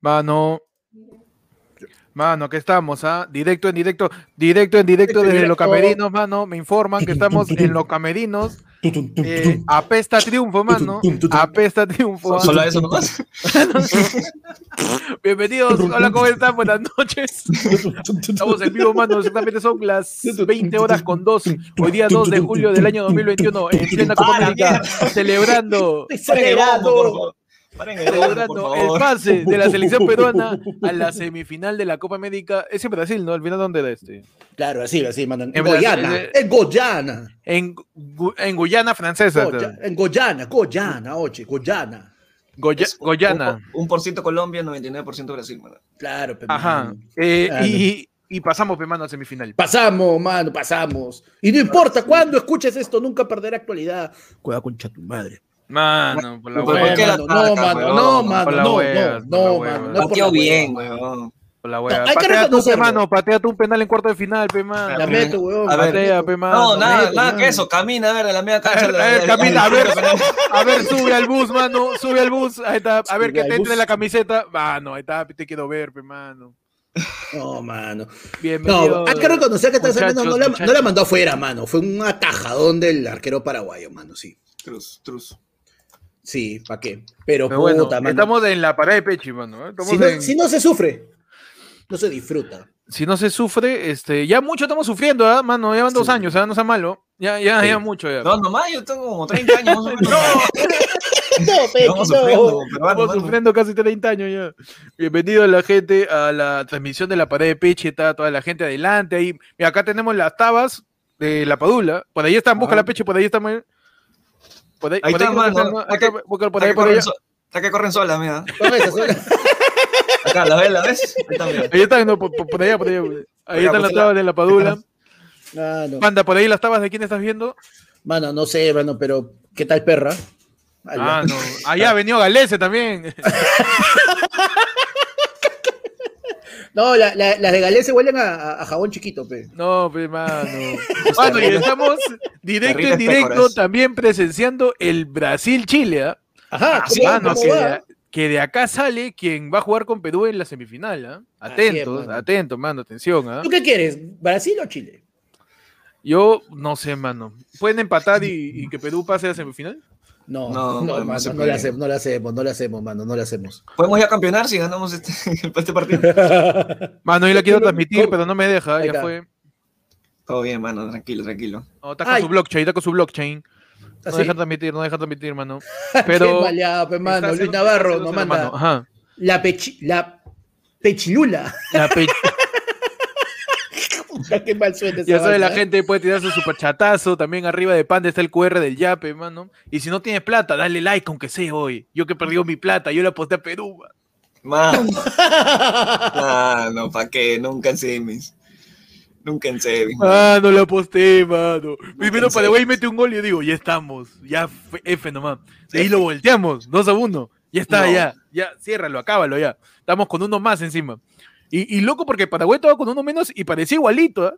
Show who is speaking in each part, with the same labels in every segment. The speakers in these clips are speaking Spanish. Speaker 1: Mano. Mano, que estamos, ¿ah? Directo en directo, directo en directo desde los camerinos, mano. Me informan que estamos en los camerinos. Eh, apesta triunfo, mano. Apesta triunfo.
Speaker 2: ¿Solo eso nomás?
Speaker 1: Bienvenidos, hola, ¿cómo están? Buenas noches. Eh, Estamos en vivo, mano. Exactamente son las 20 horas con 2. Hoy día 2 de julio del año 2021, en plena Copa América, celebrando.
Speaker 2: Acelerado, por favor. Paren el horno, por
Speaker 1: Celebrando el
Speaker 2: favor.
Speaker 1: pase de la selección peruana a la semifinal de la Copa América. Es en Brasil, ¿no? Al final, ¿dónde era este?
Speaker 3: Claro, así, así, mandan.
Speaker 1: En
Speaker 3: En
Speaker 1: Brasil,
Speaker 3: Goyana,
Speaker 1: eh,
Speaker 3: en Goyana.
Speaker 1: En, Gu- en Guyana francesa.
Speaker 3: Goya- En Goyana, Goyana, oye, Goyana.
Speaker 1: Goya-
Speaker 2: Es un-
Speaker 1: Goyana.
Speaker 2: Un, por ciento Colombia, 99% Brasil, mano.
Speaker 3: Claro, pe,
Speaker 1: Ajá.
Speaker 3: mano.
Speaker 1: Eh,
Speaker 3: Claro.
Speaker 1: y, y pasamos, pe, mano, a semifinal.
Speaker 3: Pasamos, mano, pasamos. Y no importa cuándo escuches esto, nunca perderá actualidad. Cuidado con tu madre.
Speaker 1: Mano,
Speaker 3: Pues,
Speaker 1: por la
Speaker 2: Por
Speaker 1: hueva.
Speaker 2: qué la
Speaker 3: mano, no,
Speaker 2: ataca,
Speaker 3: mano,
Speaker 2: weón?
Speaker 3: no,
Speaker 2: Por
Speaker 3: mano,
Speaker 1: la
Speaker 3: no,
Speaker 1: hueva,
Speaker 3: no,
Speaker 1: por la
Speaker 3: no,
Speaker 1: hueva.
Speaker 3: mano. No,
Speaker 2: No
Speaker 3: es por la
Speaker 2: quedó bien,
Speaker 3: hueva.
Speaker 2: weón.
Speaker 1: Por la hueva.
Speaker 3: hay que
Speaker 1: patea tú, pe,
Speaker 3: reconocerlo.
Speaker 1: mano, patea tú un penal en cuarto de final, pe, mano.
Speaker 3: La meto, weón.
Speaker 2: A ver.
Speaker 1: Patea, pe, Ah, mano.
Speaker 2: No, nada,
Speaker 3: neto,
Speaker 2: nada
Speaker 3: mano.
Speaker 2: que eso. Camina, a ver, a la media cancha.
Speaker 1: A ver,
Speaker 2: la-
Speaker 1: a ver,
Speaker 2: la- la-
Speaker 1: camina, a ver.
Speaker 2: la-
Speaker 1: A ver, sube al bus, mano. Sube al bus. Ahí está. A ver
Speaker 3: Sube
Speaker 1: qué
Speaker 3: al
Speaker 1: te entre
Speaker 3: bus.
Speaker 1: la camiseta. Mano, ahí está. pe, Te quiero ver, pe, mano.
Speaker 3: No, mano.
Speaker 1: Bienvenido.
Speaker 3: No, hay que reconocer que esta semana no,
Speaker 1: Muchachos,
Speaker 3: la,
Speaker 1: muchachos.
Speaker 3: no la mandó afuera, mano. Fue un atajadón del arquero paraguayo, mano, sí.
Speaker 2: Trus, trus.
Speaker 3: Sí, ¿para qué? Pero,
Speaker 1: Pero bueno,
Speaker 3: puta, mano.
Speaker 1: estamos en la parada de Pechi, mano. ¿eh? Estamos
Speaker 3: si, no,
Speaker 1: en-
Speaker 3: si no se sufre, no se disfruta.
Speaker 1: si no se sufre, este, ya mucho estamos sufriendo, ¿ah, mano? Ya van dos
Speaker 3: Sí.
Speaker 1: años, ¿ah? No sea malo. Ya, ya,
Speaker 3: Sí.
Speaker 1: ya mucho, ya.
Speaker 2: No, nomás yo tengo como 30 años. más o menos.
Speaker 3: No,
Speaker 2: Yo vamos sufriendo como peruano,
Speaker 1: Estamos
Speaker 2: mano.
Speaker 1: sufriendo casi 30 años ya. Bienvenido a la gente a la transmisión de la pared de Peche, está toda la gente adelante ahí. Mira, acá tenemos las tabas de la Padula. Por ahí están, busca
Speaker 2: Ajá.
Speaker 1: la Peche, por ahí están. Por ahí, por
Speaker 2: Ahí está,
Speaker 1: creo que
Speaker 2: mano.
Speaker 1: están, ¿no?
Speaker 2: Acá-
Speaker 1: Acá, busca por
Speaker 2: Hasta
Speaker 1: ahí, por allá.
Speaker 2: que corren so- hasta que corren solas, mira.
Speaker 3: Con esas, son-
Speaker 2: Acá, ¿la ves? ¿La ves? Ahí está, mira.
Speaker 1: Ahí están, no, por, por- por allá, por allá. Ahí
Speaker 2: Mira,
Speaker 1: están
Speaker 2: pues,
Speaker 1: las
Speaker 2: la-
Speaker 1: tabas de la Padula.
Speaker 3: Ah, no.
Speaker 1: Panda, por ahí las tabas de quién estás viendo.
Speaker 3: Mano, no sé, mano, pero ¿qué tal perra?
Speaker 1: Ah, no. Allá venido Galese también.
Speaker 3: No, la- la- las de Galés se huelen a, a- a jabón chiquito, pe.
Speaker 1: No, pe, mano. Mano, y
Speaker 2: Este,
Speaker 1: estamos directo
Speaker 2: Terribles
Speaker 1: en directo
Speaker 2: pécoras.
Speaker 1: también presenciando el Brasil-Chile, ¿ah?
Speaker 3: Ajá,
Speaker 1: Sí,
Speaker 3: ¿cómo-
Speaker 1: mano,
Speaker 3: cómo
Speaker 1: que,
Speaker 3: va?
Speaker 1: de, que de acá sale quien va a jugar con Perú en la semifinal, ¿ah?
Speaker 3: Así es,
Speaker 1: Atentos,
Speaker 3: mano.
Speaker 1: atentos, mano, atención, ¿ah?
Speaker 3: ¿Tú qué quieres? ¿Brasil o Chile?
Speaker 1: Yo no sé, mano. ¿Pueden empatar y, y que Perú pase a la semifinal?
Speaker 3: No,
Speaker 2: No,
Speaker 3: no,
Speaker 2: mano, no
Speaker 3: mano,
Speaker 2: se
Speaker 3: no
Speaker 2: puede.
Speaker 3: la hacemos, no la hacemos, no la hacemos, mano, no la hacemos.
Speaker 2: Podemos ya campeonar si ganamos este, este partido.
Speaker 1: Mano, yo la quiero
Speaker 3: Yo no-
Speaker 1: transmitir,
Speaker 3: ¿cómo?
Speaker 1: pero no me deja,
Speaker 3: Ahí
Speaker 1: ya
Speaker 3: está.
Speaker 1: fue.
Speaker 2: Todo bien, mano, tranquilo, tranquilo.
Speaker 1: No, está con
Speaker 3: Ay.
Speaker 1: su blockchain, está con su blockchain. No
Speaker 3: Así.
Speaker 1: deja transmitir, no deja transmitir, mano.
Speaker 3: Qué
Speaker 1: Pero.
Speaker 3: maleado, pe,
Speaker 1: está
Speaker 3: mano. Luis
Speaker 1: cero-
Speaker 3: Navarro
Speaker 1: está
Speaker 3: nos
Speaker 1: cero, cero,
Speaker 3: manda
Speaker 1: mano. Ajá.
Speaker 3: la, pechi- la pechilula.
Speaker 1: La pe-
Speaker 3: Puta, qué mal suena esa
Speaker 1: Ya sabe, la
Speaker 3: vaina, ¿eh?
Speaker 1: gente puede tirar su superchatazo. También arriba de Panda está el QR del Yape, mano. Y si no tienes plata, dale like, aunque sea hoy. Yo que perdió mi plata, yo la aposté a Perú. mano.
Speaker 2: Mano. Mano, ¿pa' qué? Nunca en semis. Nunca en semis.
Speaker 1: Mano, Ah, la aposté, mano. Primero
Speaker 2: pensé.
Speaker 1: Paraguay mete un gol y yo digo, ya estamos. Ya F, F nomás. De ahí lo volteamos, 2 a 1. Ya está,
Speaker 2: No.
Speaker 1: ya. Ya, ciérralo, acábalo ya. Estamos con uno más encima. Y, y loco porque Paraguay estaba con uno menos y parecía igualito. ¿ah?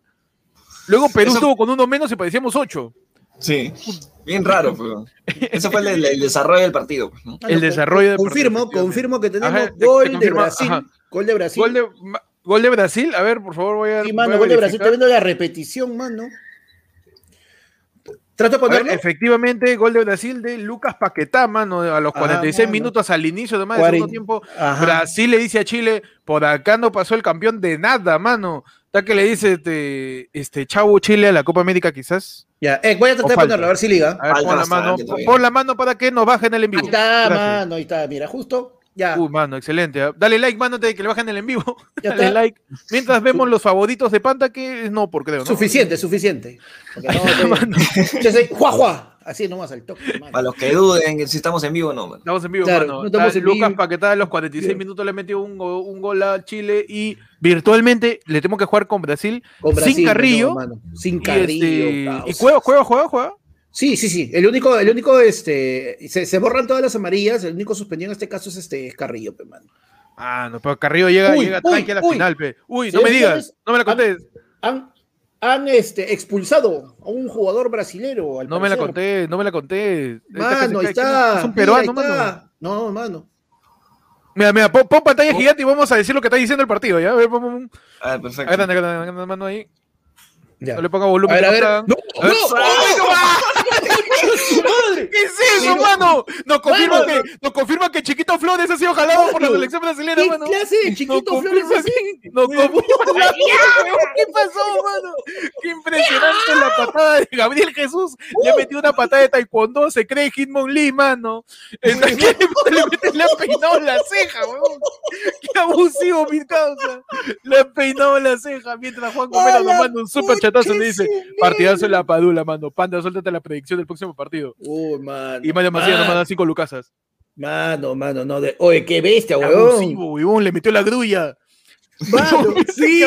Speaker 1: Luego Perú
Speaker 2: Eso-
Speaker 1: estuvo con uno menos y parecíamos ocho.
Speaker 2: Sí. Bien raro, pero. Ese fue el, el- el desarrollo del partido. pues, ¿no?
Speaker 3: Mano,
Speaker 1: el
Speaker 3: Ah, con-
Speaker 1: desarrollo del
Speaker 3: Confirmo,
Speaker 1: partido,
Speaker 3: confirmo que tenemos
Speaker 1: Ajá, te- te
Speaker 3: gol de
Speaker 1: confirma,
Speaker 3: Brasil.
Speaker 1: ajá.
Speaker 3: Gol de Brasil.
Speaker 1: Gol, de, ma- gol de Brasil. A ver, por favor, voy a.
Speaker 3: Sí,
Speaker 1: voy
Speaker 3: mano,
Speaker 1: a
Speaker 3: gol de Brasil.
Speaker 1: verificar.
Speaker 3: Estoy viendo la repetición, mano. Trato de
Speaker 1: A ver, eh,
Speaker 3: ponerlo.
Speaker 1: efectivamente, gol de Brasil de Lucas Paquetá, mano, a los
Speaker 3: Ah,
Speaker 1: 46
Speaker 3: mano.
Speaker 1: minutos al inicio de más del
Speaker 3: Cuaren-
Speaker 1: segundo tiempo.
Speaker 3: Ajá.
Speaker 1: Brasil le dice a Chile, por acá no pasó el campeón de nada, mano. Está que le dice este, este chavo Chile a la Copa América, quizás.
Speaker 3: Ya, eh, voy a
Speaker 1: O
Speaker 3: tratar
Speaker 1: falta.
Speaker 3: de
Speaker 1: Ah,
Speaker 3: ponerlo, a ver si liga.
Speaker 1: A ver,
Speaker 2: Falta
Speaker 1: pon la mano,
Speaker 2: bastante todavía.
Speaker 1: pon la mano para que nos bajen el en
Speaker 3: Ahí
Speaker 1: vivo.
Speaker 3: está,
Speaker 1: Gracias.
Speaker 3: mano, ahí está, mira, justo. Ya.
Speaker 1: Uh, mano, excelente. ¿ah? Dale like, mano, antes de que le bajen el en vivo.
Speaker 3: Ya
Speaker 1: Dale
Speaker 3: está.
Speaker 1: like. Mientras vemos los favoritos de Panta, que no, porque creo, ¿no?
Speaker 3: suficiente, suficiente. Porque no, te- yo soy juá, juá. Así nomás al toque, mano.
Speaker 2: Para los que duden si estamos en vivo o no, mano.
Speaker 1: Estamos en vivo,
Speaker 3: Claro,
Speaker 1: mano.
Speaker 3: no estamos
Speaker 1: Está
Speaker 3: en
Speaker 1: Lucas
Speaker 3: vivo.
Speaker 1: Paquetá a los 46
Speaker 3: Bien.
Speaker 1: minutos le metió un, go- un gol a Chile y virtualmente le tengo que jugar con Brasil.
Speaker 3: Con Brasil,
Speaker 1: sin Carrillo.
Speaker 3: no, mano. Sin
Speaker 1: Y,
Speaker 3: Carrillo.
Speaker 1: este,
Speaker 3: caos.
Speaker 1: y Cueva, Cueva, juega, juega.
Speaker 3: Sí, sí, sí. El único, el único, este, se, se borran todas las amarillas. El único suspendido en este caso es este es Carrillo, pe, mano.
Speaker 1: Ah, no, pero Carrillo llega,
Speaker 3: Uy,
Speaker 1: llega
Speaker 3: uy,
Speaker 1: tranqui a la
Speaker 3: uy.
Speaker 1: final, pe. Uy,
Speaker 3: Sí,
Speaker 1: no me digas,
Speaker 3: entonces-
Speaker 1: no me la contés.
Speaker 3: Han, han este, expulsado a un jugador brasilero. Al
Speaker 1: No me la
Speaker 3: parecer.
Speaker 1: conté, no me la conté. Esta que se
Speaker 3: Mano, ahí
Speaker 1: cae, ¿quién es?
Speaker 3: está. Oh.
Speaker 1: Es un
Speaker 3: mira, ahí
Speaker 1: peruano,
Speaker 3: está.
Speaker 1: mano.
Speaker 3: No, mano.
Speaker 1: Mira, mira, pon, pon pantalla gigante y vamos a decir lo que está diciendo el partido, ¿ya? A ver, pon, pon.
Speaker 2: Ah, perfecto.
Speaker 1: Agárrate, agárrate, agárrate, mano ahí.
Speaker 3: Ya.
Speaker 1: No le ponga volumen.
Speaker 3: A ver, a
Speaker 1: no
Speaker 3: ver.
Speaker 1: está-
Speaker 3: ¡No!
Speaker 1: A ver.
Speaker 3: ¡No!
Speaker 1: ¡Ay, no
Speaker 3: ¡Madre!
Speaker 1: ¿Qué es eso, mano? Nos confirma, que, nos confirma que Chiquito Flores ha sido jalado por la
Speaker 3: Mano,
Speaker 1: selección brasileña,
Speaker 3: ¿Qué
Speaker 1: mano.
Speaker 3: clase de chiquito
Speaker 1: No,
Speaker 3: Flores
Speaker 1: confirma
Speaker 3: así?
Speaker 1: No, confirma la- ¿Qué pasó, mano? Qué impresionante la patada de Gabriel Jesús. Le metió una patada de taekwondo, se cree Hitmon Lee, mano. Está aquí, le, mete- le ha peinado la ceja, weón. Qué abusivo, mi causa. Le ha peinado la ceja mientras Juan Comera nos manda un super chatazo y le dice, partidazo en la padula, mano. Panda, suéltate la predicción del próximo partido.
Speaker 3: Uy, mano.
Speaker 1: Y Mario Macías nos manda cinco lucasas.
Speaker 3: Mano, mano, no. De... Oye, qué bestia, weón.
Speaker 1: Abusivo, weón, le metió la grulla.
Speaker 3: Mano, sí.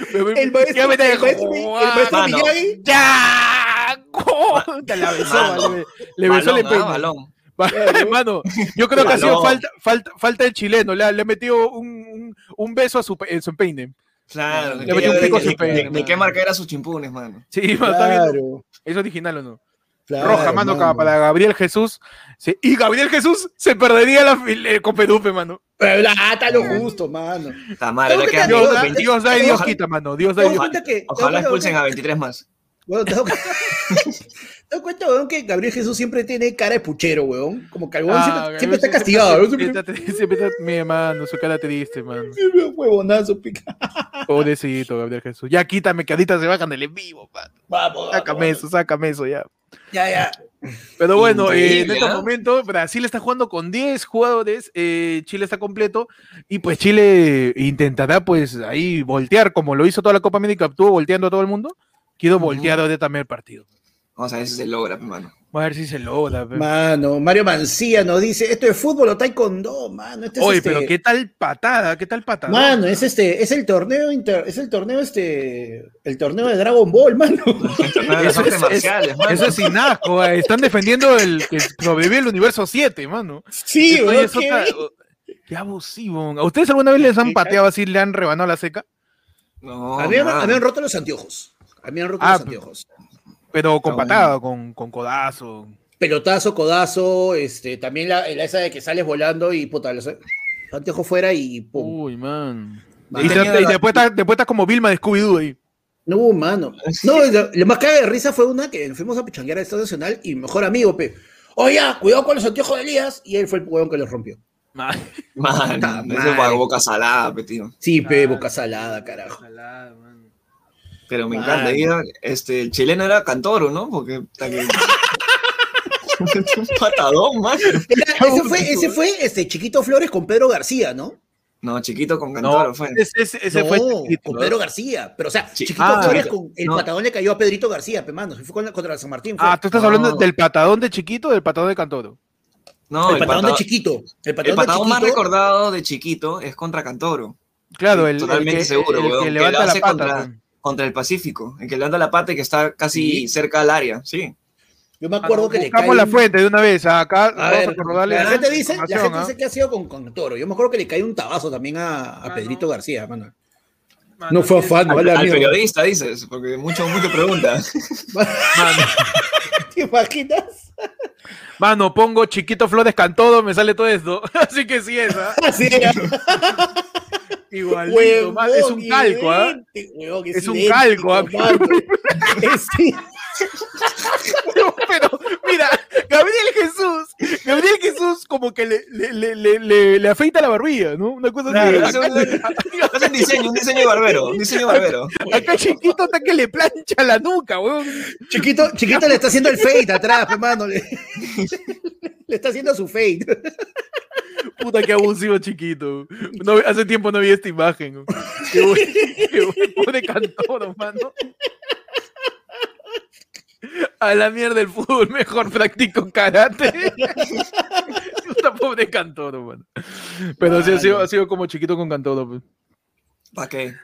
Speaker 3: El maestro,
Speaker 1: Ya me
Speaker 3: el
Speaker 1: dejó.
Speaker 3: maestro, el maestro
Speaker 1: Ah,
Speaker 2: Mano.
Speaker 3: Miyagi.
Speaker 1: ¡Ya! Te la besó,
Speaker 2: Mano.
Speaker 1: vale. le besó el
Speaker 2: Balón, ah,
Speaker 1: empeño.
Speaker 2: balón.
Speaker 3: Claro.
Speaker 1: Mano, yo creo que ha sido
Speaker 2: Balón.
Speaker 1: falta, falta, falta el chileno. Le, ha- le ha metido un, un, un beso a su, pe- en su empeine.
Speaker 2: Claro,
Speaker 1: Le
Speaker 2: ni
Speaker 1: metió
Speaker 2: que-
Speaker 1: un pico
Speaker 2: ni-
Speaker 1: sin
Speaker 2: ni-
Speaker 1: pena,
Speaker 2: Ni qué
Speaker 1: mano.
Speaker 2: marca era sus chimpunes, mano.
Speaker 1: Sí, mano, está viendo.
Speaker 3: Claro,
Speaker 1: ¿Es original o no?
Speaker 3: claro,
Speaker 1: Roja, mano, acá para Gabriel Jesús. Sí, Y Gabriel Jesús se perdería la fil- eh, con Pedupe, mano.
Speaker 3: Pero ah, está lo justo, mano.
Speaker 2: Está mal,
Speaker 3: Tengo
Speaker 2: le
Speaker 3: que
Speaker 2: quedan
Speaker 3: cambiar,
Speaker 1: Dios, da,
Speaker 2: 20.
Speaker 1: Dios
Speaker 3: eh,
Speaker 1: da y Dios
Speaker 2: Ojalá-
Speaker 1: quita, mano. Dios da y
Speaker 3: Te das
Speaker 1: Dios
Speaker 3: cuenta que- te das
Speaker 2: Ojalá
Speaker 3: cuenta,
Speaker 2: expulsen
Speaker 3: weón,
Speaker 2: a 23 más.
Speaker 3: Bueno, te das cuenta- te das cuenta, weón, que Gabriel Jesús siempre tiene cara de puchero, weón. Como que el weón siempre,
Speaker 1: Ah,
Speaker 3: siempre está
Speaker 1: siempre-
Speaker 3: castigado, ¿no?
Speaker 1: siempre
Speaker 3: Siempre,
Speaker 1: está triste, siempre está- Mi mano, su cara triste, mano.
Speaker 3: siempre un huevonazo, pica.
Speaker 1: Pobrecito, Gabriel Jesús. Ya quítame que ahorita se bajan del en vivo, mano.
Speaker 3: Vamos, vamos.
Speaker 1: Sácame eso, sácame eso ya.
Speaker 3: Ya, ya.
Speaker 1: Pero bueno, eh, en
Speaker 2: Increíble,
Speaker 1: estos
Speaker 2: ¿ah?
Speaker 1: momentos Brasil está jugando con 10 jugadores, eh, Chile está completo y pues Chile intentará pues ahí voltear como lo hizo toda la Copa América, estuvo volteando a todo el mundo. Quiero
Speaker 2: Ujú.
Speaker 1: voltear ahorita también el partido.
Speaker 2: Vamos a ver si se logra, pues, hermano.
Speaker 1: Vamos a ver si se logra. pe.
Speaker 3: Mano, Mario Mancía nos dice, esto es fútbol o taekwondo, mano. Este es
Speaker 1: Oye,
Speaker 3: este-
Speaker 1: pero qué tal patada, qué tal patada.
Speaker 3: Mano, es este, es el torneo inter- es el torneo este, el torneo de Dragon Ball, mano.
Speaker 2: Las artes marciales, mano.
Speaker 1: Eso es sin asco, eh, están defendiendo el que sobrevive el universo 7, mano.
Speaker 3: Sí,
Speaker 1: Esto ya
Speaker 3: weón,
Speaker 1: es
Speaker 3: qué
Speaker 1: otra-
Speaker 3: bien.
Speaker 1: qué abusivo. ¿A ustedes alguna vez les han pateado así, le han rebanado la seca?
Speaker 2: No,
Speaker 3: a, mí, me-
Speaker 2: mano.
Speaker 3: a mí me han roto los anteojos. A mí me han roto
Speaker 1: Ah,
Speaker 3: los
Speaker 1: pero-
Speaker 3: anteojos.
Speaker 1: Pero con
Speaker 2: Ah, bueno.
Speaker 1: patada, con, con codazo.
Speaker 3: Pelotazo, codazo, este, también la, la esa de que sales volando y puta, los anteojos fuera y pum.
Speaker 1: Uy, man.
Speaker 3: Mano.
Speaker 1: Y, te-
Speaker 2: Tenía
Speaker 1: y
Speaker 2: la-
Speaker 1: después, estás, después estás como Vilma de Scooby-Doo ahí.
Speaker 3: No, mano. No, lo, lo más caga de risa fue una que nos fuimos a pichanguear al Estado Nacional y mi mejor amigo, pe. Oye, cuidado con los anteojos de Elías. Y él fue el huevón que los rompió. Puta
Speaker 2: Mano, eso es
Speaker 3: madre.
Speaker 2: boca salada, pe, tío.
Speaker 3: Sí, pe,
Speaker 1: Claro.
Speaker 3: boca salada, carajo.
Speaker 2: Pero me
Speaker 3: Mano.
Speaker 2: encanta. Ida, este, el chileno era Cantoro, ¿no? Porque. puta que- un patadón, mano.
Speaker 3: Era- ese fue, ese fue este Chiquito Flores con Pedro García, ¿no?
Speaker 2: No, chiquito con Cantoro
Speaker 1: No,
Speaker 2: fue.
Speaker 1: ese, ese- ese
Speaker 3: no,
Speaker 1: fue.
Speaker 3: con Pedro García. Pero, o sea,
Speaker 2: Sí.
Speaker 3: Chiquito
Speaker 1: Ah,
Speaker 3: Flores
Speaker 2: chiquito.
Speaker 3: con el
Speaker 2: No.
Speaker 3: patadón le cayó a Pedrito García, pe, mano. Fue con la- contra San Martín. fue.
Speaker 1: Ah, tú estás
Speaker 2: No.
Speaker 1: hablando del patadón de chiquito o del patadón de Cantoro.
Speaker 2: No,
Speaker 3: el, patadón
Speaker 2: pata-
Speaker 3: de Chiquito. El patadón,
Speaker 2: El
Speaker 3: de
Speaker 2: patadón más
Speaker 3: Chiquito-
Speaker 2: recordado de chiquito es contra Cantoro,
Speaker 1: Claro,
Speaker 2: Sí,
Speaker 1: el, el
Speaker 2: totalmente
Speaker 1: que,
Speaker 2: seguro,
Speaker 1: el
Speaker 2: weón,
Speaker 1: que
Speaker 2: que
Speaker 1: levanta
Speaker 2: lo
Speaker 1: la
Speaker 2: hace
Speaker 1: pata.
Speaker 2: contra-
Speaker 1: weón.
Speaker 2: contra el Pacífico, el que le anda la pata y que está casi
Speaker 3: Sí.
Speaker 2: cerca al área, sí.
Speaker 3: Yo me acuerdo que le
Speaker 1: Buscamos
Speaker 3: cae
Speaker 1: la
Speaker 3: un-
Speaker 1: fuente de una vez. Acá
Speaker 3: A
Speaker 1: vamos a
Speaker 3: ver,
Speaker 1: recordarle.
Speaker 3: la gente dice, la
Speaker 1: información,
Speaker 3: gente
Speaker 1: ¿ah?
Speaker 3: dice que ha sido con, con Toro. Yo me acuerdo que le cae un tabazo también a, a
Speaker 1: Ah,
Speaker 3: Pedrito
Speaker 1: no.
Speaker 3: García, mano.
Speaker 1: Mano,
Speaker 3: No fue
Speaker 1: sí,
Speaker 3: afán,
Speaker 2: Al,
Speaker 3: vale
Speaker 2: al
Speaker 3: la mierda.
Speaker 2: periodista, dices, porque mucho, mucho pregunta.
Speaker 1: Mano,
Speaker 3: ¿Te imaginas?
Speaker 1: mano, pongo chiquito Flores Cantoro, me sale todo esto. Así que sí, esa.
Speaker 3: Así era.
Speaker 1: Igualito, mano, es un calco, ¿ah?
Speaker 3: idéntico, huevón,
Speaker 1: Es un calco, ¿ah?
Speaker 3: idéntico, mano. Es- sí.
Speaker 1: Pero, mira, Gabriel Jesús, Gabriel Jesús como que le, le, le, le, le- le afeita la barbilla, ¿no? Una cosa
Speaker 2: Claro,
Speaker 1: así.
Speaker 2: hace un, hace un diseño, un diseño de barbero, un diseño de barbero.
Speaker 1: Acá chiquito está que le plancha la nuca, weón.
Speaker 3: Chiquito, chiquito le está haciendo el fade atrás, hermano. Le, le está haciendo su fade.
Speaker 1: Puta, qué abusivo chiquito. No, hace tiempo no vi esta imagen. Qué buen, qué buen pobre Cantoro, mano. A la mierda del fútbol, mejor practico karate. Puta, pobre Cantoro, mano. Pero sí, ha sido, ha sido como chiquito con Cantoro, pues.
Speaker 2: ¿Para qué?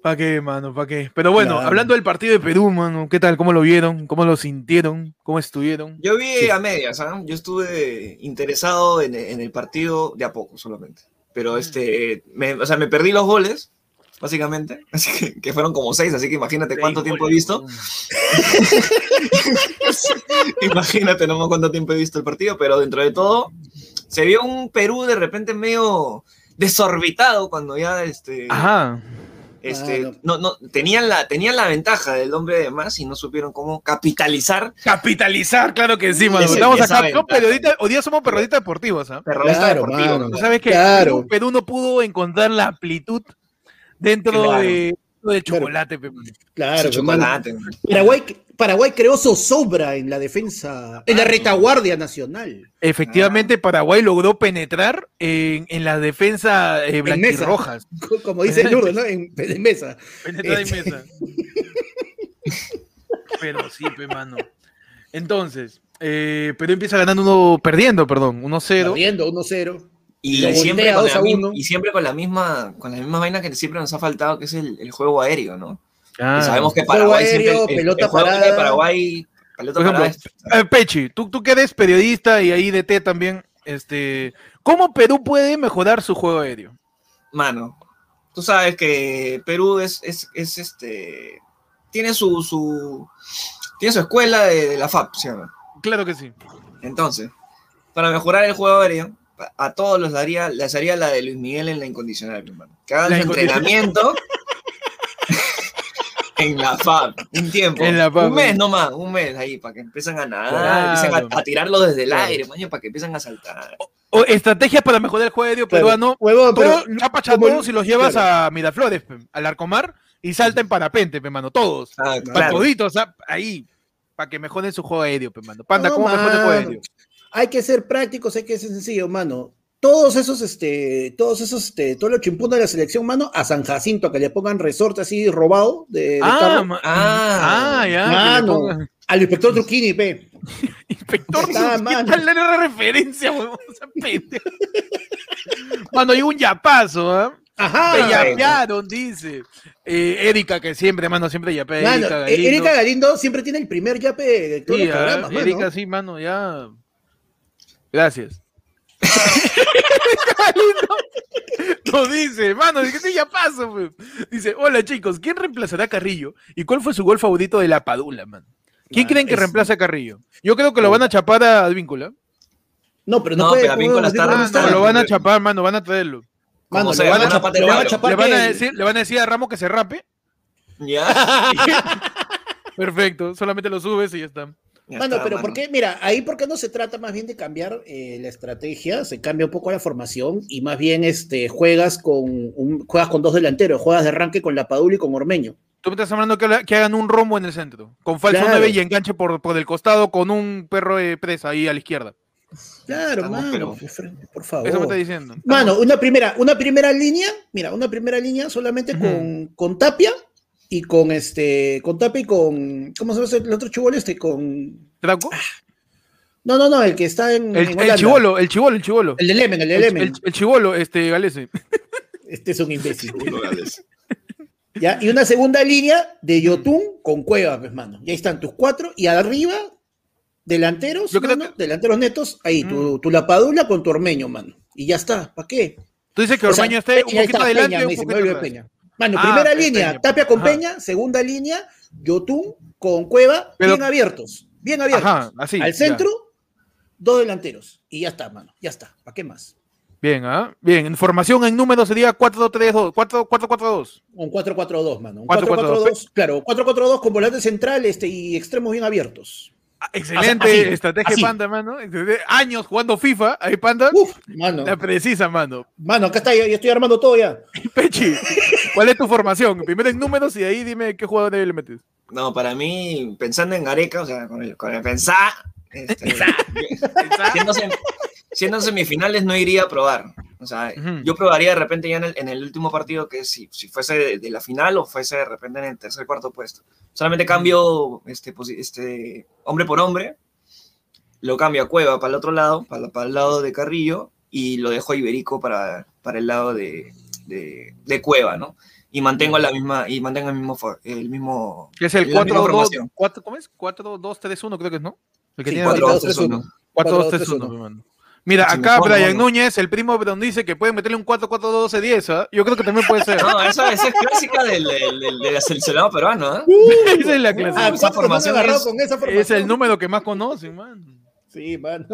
Speaker 1: ¿Para qué, mano? ¿Para qué? Pero bueno,
Speaker 3: Claro.
Speaker 1: hablando del partido de Perú, mano, ¿qué tal? ¿Cómo lo vieron? ¿Cómo lo sintieron? ¿Cómo estuvieron?
Speaker 2: Yo vi a medias, ¿ah? yo estuve interesado en, en el partido de a poco solamente.
Speaker 3: Mm.
Speaker 2: Pero este, me, o sea, me perdí los goles, básicamente, así que, que fueron como seis, así que imagínate cuánto tiempo he visto. Imagínate nomás cuánto tiempo he visto el partido, pero dentro de todo Se vio un Perú de repente medio desorbitado cuando ya este.
Speaker 1: Ajá.
Speaker 2: Este, ah, no. no, no, tenían la, tenían la ventaja del hombre de más y no supieron cómo capitalizar.
Speaker 1: Capitalizar, claro que sí, mano. Estamos acá, no periodistas, hoy día somos periodistas deportivos, ¿ah?
Speaker 2: Periodistas
Speaker 1: claro, deportivos. Mano, sabes que claro. Perú, Perú, no pudo encontrar la amplitud dentro claro. de, de chocolate,
Speaker 3: Claro, claro chocolate. Paraguay, Paraguay creó zozobra en la defensa, en la retaguardia nacional.
Speaker 1: Efectivamente, Paraguay logró penetrar en, en la defensa eh, blanquirrojas.
Speaker 3: Mesa. Como dice Lourdes, ¿no? En, en mesa.
Speaker 1: Penetrar este. en mesa. Pero sí, pe, mano. Entonces, eh, Perú empieza ganando uno, perdiendo, perdón, 1-0.
Speaker 3: Perdiendo 1-0.
Speaker 2: Y, y, siempre con la, misma, y siempre con la misma con la misma vaina que siempre nos ha faltado, que es el, el juego aéreo, ¿no? Ah, y sabemos que Paraguay
Speaker 3: aéreo, siempre, el, pelota el parada.
Speaker 2: De Paraguay, pelota
Speaker 1: Por ejemplo, parada. Eh, Pechi, tú, tú que eres periodista y ahí de T también, este, ¿cómo Perú puede mejorar su juego aéreo?
Speaker 2: Mano, tú sabes que Perú es, es, es este, tiene su, su, tiene su escuela de, de la FAP, ¿sí o no?
Speaker 1: Claro que sí.
Speaker 2: Entonces, para mejorar el juego aéreo, a todos los daría, les haría la de Luis Miguel en la incondicional, hermano. Que hagan su entrenamiento en la FAB, un tiempo. En la FAB, un mes nomás, un mes ahí, para que empiecen a nadar, claro. empiecen a, a, tirarlo desde el claro. aire, maño, para que empiecen a saltar.
Speaker 1: O, o estrategias para mejorar el juego aéreo claro. peruano. Huevo, pero, chapa todos si los llevas a Miraflores, al Arcomar, y salta en parapente, hermano, todos. Ah, para toditos, ahí, para que mejoren su juego aéreo, hermano. Panda, no, ¿cómo mejora el juego aéreo?
Speaker 3: hay que ser prácticos, hay que ser sencillo, mano. Todos esos, este, todos esos, este, todos los chimpunos de la selección, mano, a San Jacinto, a que le pongan resorte así robado de, de
Speaker 1: ah, ma, ah, ah, ya.
Speaker 3: Mano, al inspector Truquini, pe.
Speaker 1: inspector Truquini, era la referencia, weón? mano, hay un yapazo, ¿eh?
Speaker 3: Ajá.
Speaker 1: Me yapearon, dice. Eh, Erika, que siempre, mano, siempre yapea.
Speaker 3: Mano, Erika,
Speaker 1: Eh,
Speaker 3: Galindo. Erika Galindo siempre tiene el primer yape de todos sí, los programas,
Speaker 1: ya,
Speaker 3: mano.
Speaker 1: ah, Erika, sí, mano, ya. Gracias. Lo dice, mano, ¿qué te ya paso? Wey? Dice, hola chicos, ¿quién reemplazará a Carrillo? ¿Y cuál fue su gol favorito de la Padula, man? ¿Quién creen que reemplaza a Carrillo? Yo creo que lo van a chapar a Advíncula.
Speaker 3: No, pero no, no puede,
Speaker 2: pero Advíncula está,
Speaker 1: Ah, no, está, no, lo van a chapar, mano, van a traerlo.
Speaker 3: Mano, lo, sea, van a chapar,
Speaker 1: lo, van a chapar, le van a decir, le van a decir a Ramos que se rape.
Speaker 2: Ya.
Speaker 1: Perfecto, solamente lo subes y ya está.
Speaker 3: Ya mano, está, pero mano. ¿por qué? Mira, ahí porque no se trata más bien de cambiar eh, la estrategia, se cambia un poco la formación y más bien este, juegas, con un, juegas con dos delanteros, juegas de arranque con La Padula y con Ormeño.
Speaker 1: Tú me estás hablando que, que hagan un rombo en el centro, con falso claro. 9 y enganche por, por el costado con un perro de presa ahí a la izquierda.
Speaker 3: Claro, Estamos, mano, pero, por favor.
Speaker 1: Eso me está diciendo. Estamos.
Speaker 3: Oh. Mano, una primera, una primera línea, mira, una primera línea solamente uh -huh. con, con Tapia, y con este, con Tapi, con, ¿cómo se llama el otro chivolo este? Con...
Speaker 1: ¿Draco?
Speaker 3: No, no, no, el que está en...
Speaker 1: El, el chivolo, el chivolo, el chivolo.
Speaker 3: El de Lemen, el de Lemen.
Speaker 1: El, el, chivolo, este, Galese.
Speaker 3: Este es un imbécil. ya, y una segunda línea de Yotun con Cueva, pues, mano. Y ahí están tus cuatro, y arriba, delanteros, Yo mano, creo que... delanteros netos, ahí, mm. tu, tu lapadula con tu ormeño, mano. Y ya está, ¿para qué?
Speaker 1: Tú dices que Ormeño o sea,
Speaker 3: eh,
Speaker 1: esté un poquito está, adelante, Peña, un poquito
Speaker 3: dice, Peña. Mano, ah, primera línea, Peña. Tapia con Ajá. Peña, segunda línea, Yotun con Cueva, Pero... bien abiertos, bien abiertos. Ajá, así, Al centro, ya. dos delanteros. Y ya está, mano, ya está. ¿Para qué más?
Speaker 1: Bien, ¿ah? Bien, información en número sería 4-3-2, 4-4-4-2.
Speaker 3: Un 4-4-2, mano. Un 4-4-2, claro, 4-4-2 con volante central este, y extremos bien abiertos.
Speaker 1: Excelente Ah, así, estrategia, así. Panda, mano. Años jugando FIFA, ahí, Panda.
Speaker 3: Uh,
Speaker 1: Uf, mano. La precisa, mano.
Speaker 3: Mano, acá está, ya, ya estoy armando todo ya.
Speaker 1: Pechi, ¿cuál es tu formación? Primero en números y de ahí dime qué jugador le metes.
Speaker 2: No, para mí, pensando en Gareca, o sea, con el, con el pensar, este, siendo, sem, siendo, semifinales no iría a probar. O sea, uh -huh. yo probaría de repente ya en el, en el último partido que si, si fuese de, de, la final o fuese de repente en el tercer cuarto puesto. Solamente cambio este, este hombre por hombre, lo cambio a Cueva para el otro lado, para, para el lado de Carrillo, y lo dejo a Iberico para, para el lado de, de, de Cueva, ¿no? y mantengo la misma y mantengo el mismo el mismo
Speaker 1: es el 4 2 4 ¿cómo es? 4 2 3 1 creo que es, ¿no?
Speaker 2: El que sí, tiene 4 2 3 1.
Speaker 1: 4 2 3 1, hermano. Mira, si acá Brian mano. Núñez, el primo Bron dice que puede meterle un 4-4-12-10, ¿eh? Yo creo que también puede ser.
Speaker 3: Ah,
Speaker 2: No, eso, eso es clásica del, del, del, del seleccionado peruano, ¿eh?
Speaker 1: Uh, esa es la clásica.
Speaker 3: Ah, esa formación es,
Speaker 1: con esa formación. es el número que más conocen, man.
Speaker 3: Sí, mano.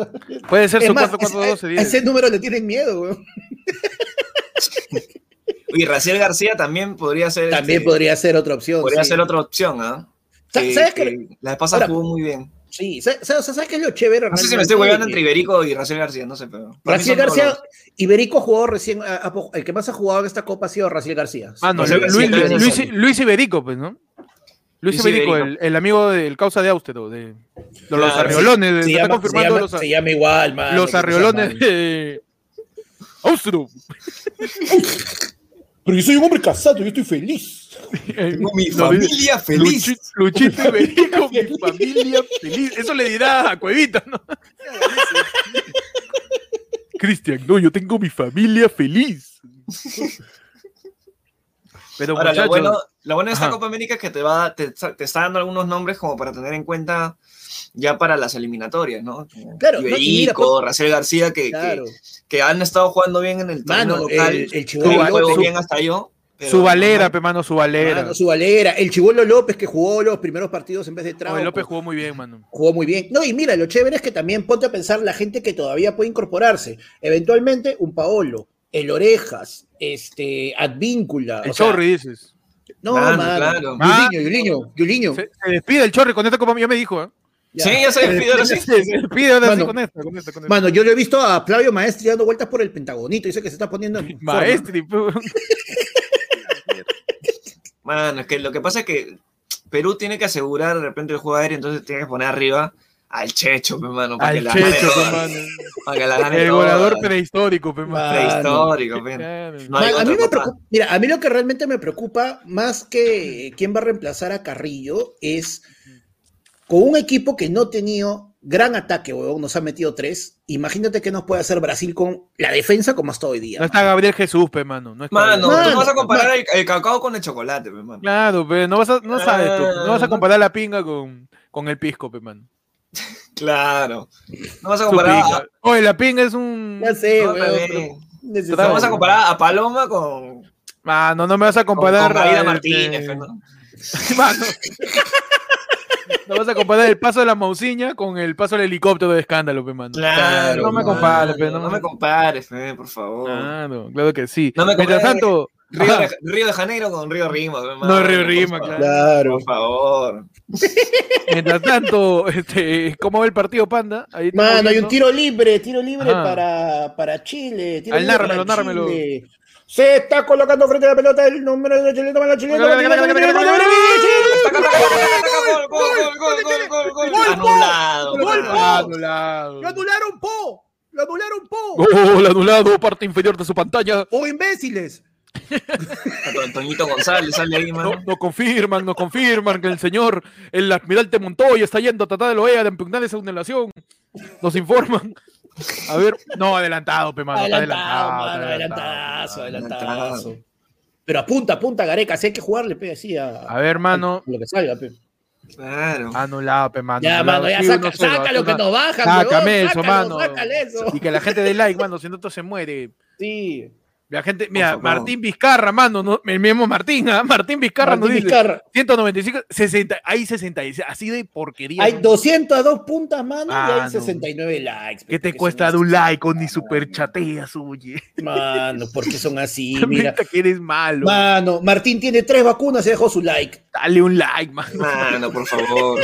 Speaker 1: Puede ser
Speaker 3: Es
Speaker 1: su 4-4-2,
Speaker 3: más,
Speaker 1: se
Speaker 3: ese, a
Speaker 1: dice.
Speaker 3: ese número le tienen miedo, weón.
Speaker 2: Y Raciel García también podría ser.
Speaker 3: También
Speaker 2: este,
Speaker 3: podría ser otra opción.
Speaker 2: podría
Speaker 3: sí.
Speaker 2: ser otra opción, ¿ah?
Speaker 3: Sa-
Speaker 2: Que-
Speaker 3: ¿Sabes
Speaker 2: que
Speaker 3: qué?
Speaker 2: La vez pasada
Speaker 3: Ahora-
Speaker 2: jugó muy bien.
Speaker 3: Sí, sa- sa- o sea, ¿sabes qué es lo chévere?
Speaker 2: No sé si me
Speaker 3: realmente?
Speaker 2: estoy huevando entre
Speaker 3: Que
Speaker 2: Iberico y Raciel García, no sé, pero. para mí
Speaker 3: Raciel
Speaker 2: son
Speaker 3: García,
Speaker 2: todos
Speaker 3: Iberico jugó recién, a- a po- el que más ha jugado en esta copa ha sido Raciel García.
Speaker 1: Mano,
Speaker 2: Raciel
Speaker 1: Ah, Lu- Luis,
Speaker 2: García debe ser
Speaker 1: Luis-
Speaker 2: sano.
Speaker 1: Luis Iberico, pues, ¿no? Luis,
Speaker 2: Luis
Speaker 1: Iberico,
Speaker 2: Iberico.
Speaker 1: El, el amigo del causa de Austero, de, de los
Speaker 2: Claro,
Speaker 1: arreolones.
Speaker 3: se,
Speaker 1: está
Speaker 3: llama, se,
Speaker 1: confirmando
Speaker 3: llama,
Speaker 1: los, a-
Speaker 3: se llama igual,
Speaker 2: Ah,
Speaker 1: los
Speaker 3: mano, que no sea
Speaker 1: arreolones
Speaker 3: mal.
Speaker 1: de Austro.
Speaker 4: Pero yo soy un hombre casado, yo estoy feliz.
Speaker 1: Eh,
Speaker 2: Tengo mi
Speaker 1: lo dice-
Speaker 2: familia feliz.
Speaker 1: Luchi- Luchito Iberico, mi familia feliz. Eso le dirá a Cuevita, ¿no? Cristian, no, yo tengo mi familia feliz. Pero
Speaker 2: Ahora, lo
Speaker 1: muchachos,
Speaker 2: bueno, lo bueno de esta
Speaker 1: Ajá.
Speaker 2: Copa América es que te, va, te, está- te está dando algunos nombres como para tener en cuenta ya para las eliminatorias, ¿no? Como
Speaker 3: Claro, no, y mira,
Speaker 2: Iberico, Raciel García, que, que-
Speaker 3: Claro.
Speaker 2: que han estado jugando bien en el torneo
Speaker 3: Mano,
Speaker 2: local.
Speaker 3: el, el
Speaker 2: que
Speaker 3: Chibolo
Speaker 2: juego
Speaker 3: López,
Speaker 2: bien hasta yo. pero- Ah,
Speaker 1: su valera, pe, mano, su valera.
Speaker 3: mano, su valera, el Chibolo López que jugó los primeros partidos en vez de Trauco.
Speaker 1: Oye,
Speaker 2: pues.
Speaker 1: López jugó muy bien, mano.
Speaker 3: jugó muy bien. No, y mira, lo chévere es que también ponte a pensar la gente que todavía puede incorporarse. Eventualmente, un Paolo, el Orejas, este, Advíncula.
Speaker 1: El
Speaker 3: o sea,
Speaker 1: Chorri, dices.
Speaker 3: No,
Speaker 2: Claro,
Speaker 3: mano.
Speaker 2: claro.
Speaker 3: Yuliño, Yuliño, Yuliño.
Speaker 1: Se, se despide el Chorri con esta copa, ya me dijo. ¿eh?
Speaker 3: Ya.
Speaker 2: Sí, ya se despidió ahora sí.
Speaker 1: Se despide ahora sí
Speaker 3: Mano.
Speaker 1: con esta, con esta, con esta.
Speaker 3: Mano, yo lo he visto a Flavio Maestri dando vueltas por el Pentagonito. Dice que se está poniendo en forma.
Speaker 1: Maestri, pe.
Speaker 2: Mano, es que lo que pasa es que Perú tiene que asegurar de repente el juego aéreo, entonces tiene que poner arriba al Checho, pe, mano, para que
Speaker 1: al
Speaker 2: la gane
Speaker 1: Checho,
Speaker 2: todas,
Speaker 1: pe, mano.
Speaker 2: para que la gane
Speaker 1: El
Speaker 2: todas.
Speaker 1: goleador prehistórico, pe, mano.
Speaker 2: prehistórico, pe.
Speaker 1: Claro.
Speaker 2: No
Speaker 3: Mano,
Speaker 2: hay
Speaker 3: a
Speaker 2: otra
Speaker 3: mí me
Speaker 2: papá.
Speaker 3: preocupa- mira, a mí lo que realmente me preocupa más que quién va a reemplazar a Carrillo es con un equipo que no ha tenido gran ataque, huevón, nos ha metido tres. Imagínate qué nos puede hacer Brasil con la defensa como está hoy día.
Speaker 1: No está Gabriel Jesús, pe, mano. No está
Speaker 2: Mano, tú
Speaker 3: Mano,
Speaker 2: no vas a comparar el, el cacao con el chocolate, pe, mano.
Speaker 1: Claro, pero no vas a, no sabes tú, no vas a
Speaker 2: Ah.
Speaker 1: comparar la pinga con, con el pisco, pe, mano.
Speaker 2: Claro. No vas a
Speaker 1: Su
Speaker 2: comparar a,
Speaker 1: pinga. Oye, la pinga es un...
Speaker 3: Ya sé,
Speaker 2: No,
Speaker 3: huevón,
Speaker 2: está
Speaker 3: pero
Speaker 2: bien.
Speaker 3: necesario.
Speaker 1: Pero
Speaker 2: Vamos a comparar a Paloma con, con-
Speaker 1: Mano, Ah, no me vas a comparar
Speaker 2: con Gabriela
Speaker 1: a,
Speaker 2: Martínez,
Speaker 1: este,
Speaker 2: pues, ¿no?
Speaker 1: mano. No vas a comparar el paso de la mausiña con el paso del helicóptero de escándalo, pe, mano.
Speaker 2: Claro.
Speaker 1: no me
Speaker 2: mano,
Speaker 1: compares, pe, no
Speaker 2: no
Speaker 1: me- Ah.
Speaker 2: me compares, pe, por favor.
Speaker 1: Claro, claro que sí.
Speaker 2: No me
Speaker 1: Mientras
Speaker 2: compares-
Speaker 1: tanto,
Speaker 2: Río,
Speaker 1: ajá,
Speaker 2: de, Río de Janeiro con Río Rima. pe,
Speaker 1: no
Speaker 2: mano,
Speaker 1: Río
Speaker 2: por
Speaker 1: Rima,
Speaker 2: favor.
Speaker 1: claro.
Speaker 3: Claro.
Speaker 2: Por favor.
Speaker 1: Mientras tanto, este, ¿cómo va el partido, Panda? Ahí estamos
Speaker 3: Mano, hay un
Speaker 1: viendo.
Speaker 3: tiro libre, tiro libre
Speaker 1: Ajá.
Speaker 3: para, para Chile. Tiro
Speaker 1: Al
Speaker 3: libre
Speaker 1: nármelo,
Speaker 3: para
Speaker 1: nármelo.
Speaker 3: Chile. Se está colocando frente a la pelota el número de Chile, toma la Chile. toma la Chile, toma la Chile, toma la Chile.
Speaker 2: Ataca, ataca, ataca, ataca, gol, gol, gol, gol, gol, gol, gol. Anulado.
Speaker 3: Gol,
Speaker 2: mano.
Speaker 3: gol.
Speaker 1: Anulado.
Speaker 3: Lo anularon, po. Lo anularon, po.
Speaker 1: Gol anulado, parte inferior de su pantalla.
Speaker 3: O imbéciles.
Speaker 2: Anto- Toñito González sale ahí,
Speaker 1: No,
Speaker 2: mano.
Speaker 1: no confirman, no confirman que el señor, el almirante Montoya está yendo a tratar de la OEA de impugnar esa anulación. Nos informan. A ver, no, adelantado, pe, mano, está adelantado.
Speaker 3: Adelantado, mano,
Speaker 1: está
Speaker 3: adelantazo,
Speaker 1: adelantado.
Speaker 3: adelantazo. Pero apunta, apunta, Gareca. Si hay que jugarle, pe, así a,
Speaker 1: A ver, mano,
Speaker 3: lo que salga, pe.
Speaker 2: Claro.
Speaker 1: anulado, pe, mano.
Speaker 3: Ya,
Speaker 1: anulado.
Speaker 3: mano, ya
Speaker 1: Ah, Sí,
Speaker 3: saca,
Speaker 1: 1-0,
Speaker 3: saca lo que
Speaker 1: anulado.
Speaker 3: nos baja,
Speaker 1: Sácame
Speaker 3: weón,
Speaker 1: eso,
Speaker 3: sácalo,
Speaker 1: mano.
Speaker 3: Sácale eso.
Speaker 1: Y que la gente de like, mano, si no, esto se muere.
Speaker 3: Sí.
Speaker 1: La gente, mira,
Speaker 2: favor.
Speaker 1: Martín Vizcarra, mano, no, el mismo Martín, ¿ah? Martín Vizcarra
Speaker 3: Martín
Speaker 1: nos dice
Speaker 3: Vizcarra.
Speaker 1: 195, 60, hay 66, así de porquería.
Speaker 3: Hay
Speaker 1: ¿no?
Speaker 3: 202 puntas, mano, y
Speaker 1: Mano.
Speaker 3: hay 69 likes. pe,
Speaker 1: Ah, ¿Qué te
Speaker 3: porque
Speaker 1: cuesta
Speaker 3: son
Speaker 1: de un like o ni superchateas, oye?
Speaker 3: así, Mano, porque son así, mira.
Speaker 1: Mira que eres malo.
Speaker 3: Mano, Martín tiene tres vacunas y dejó su like.
Speaker 1: Dale un like, man.
Speaker 2: Mano, por favor.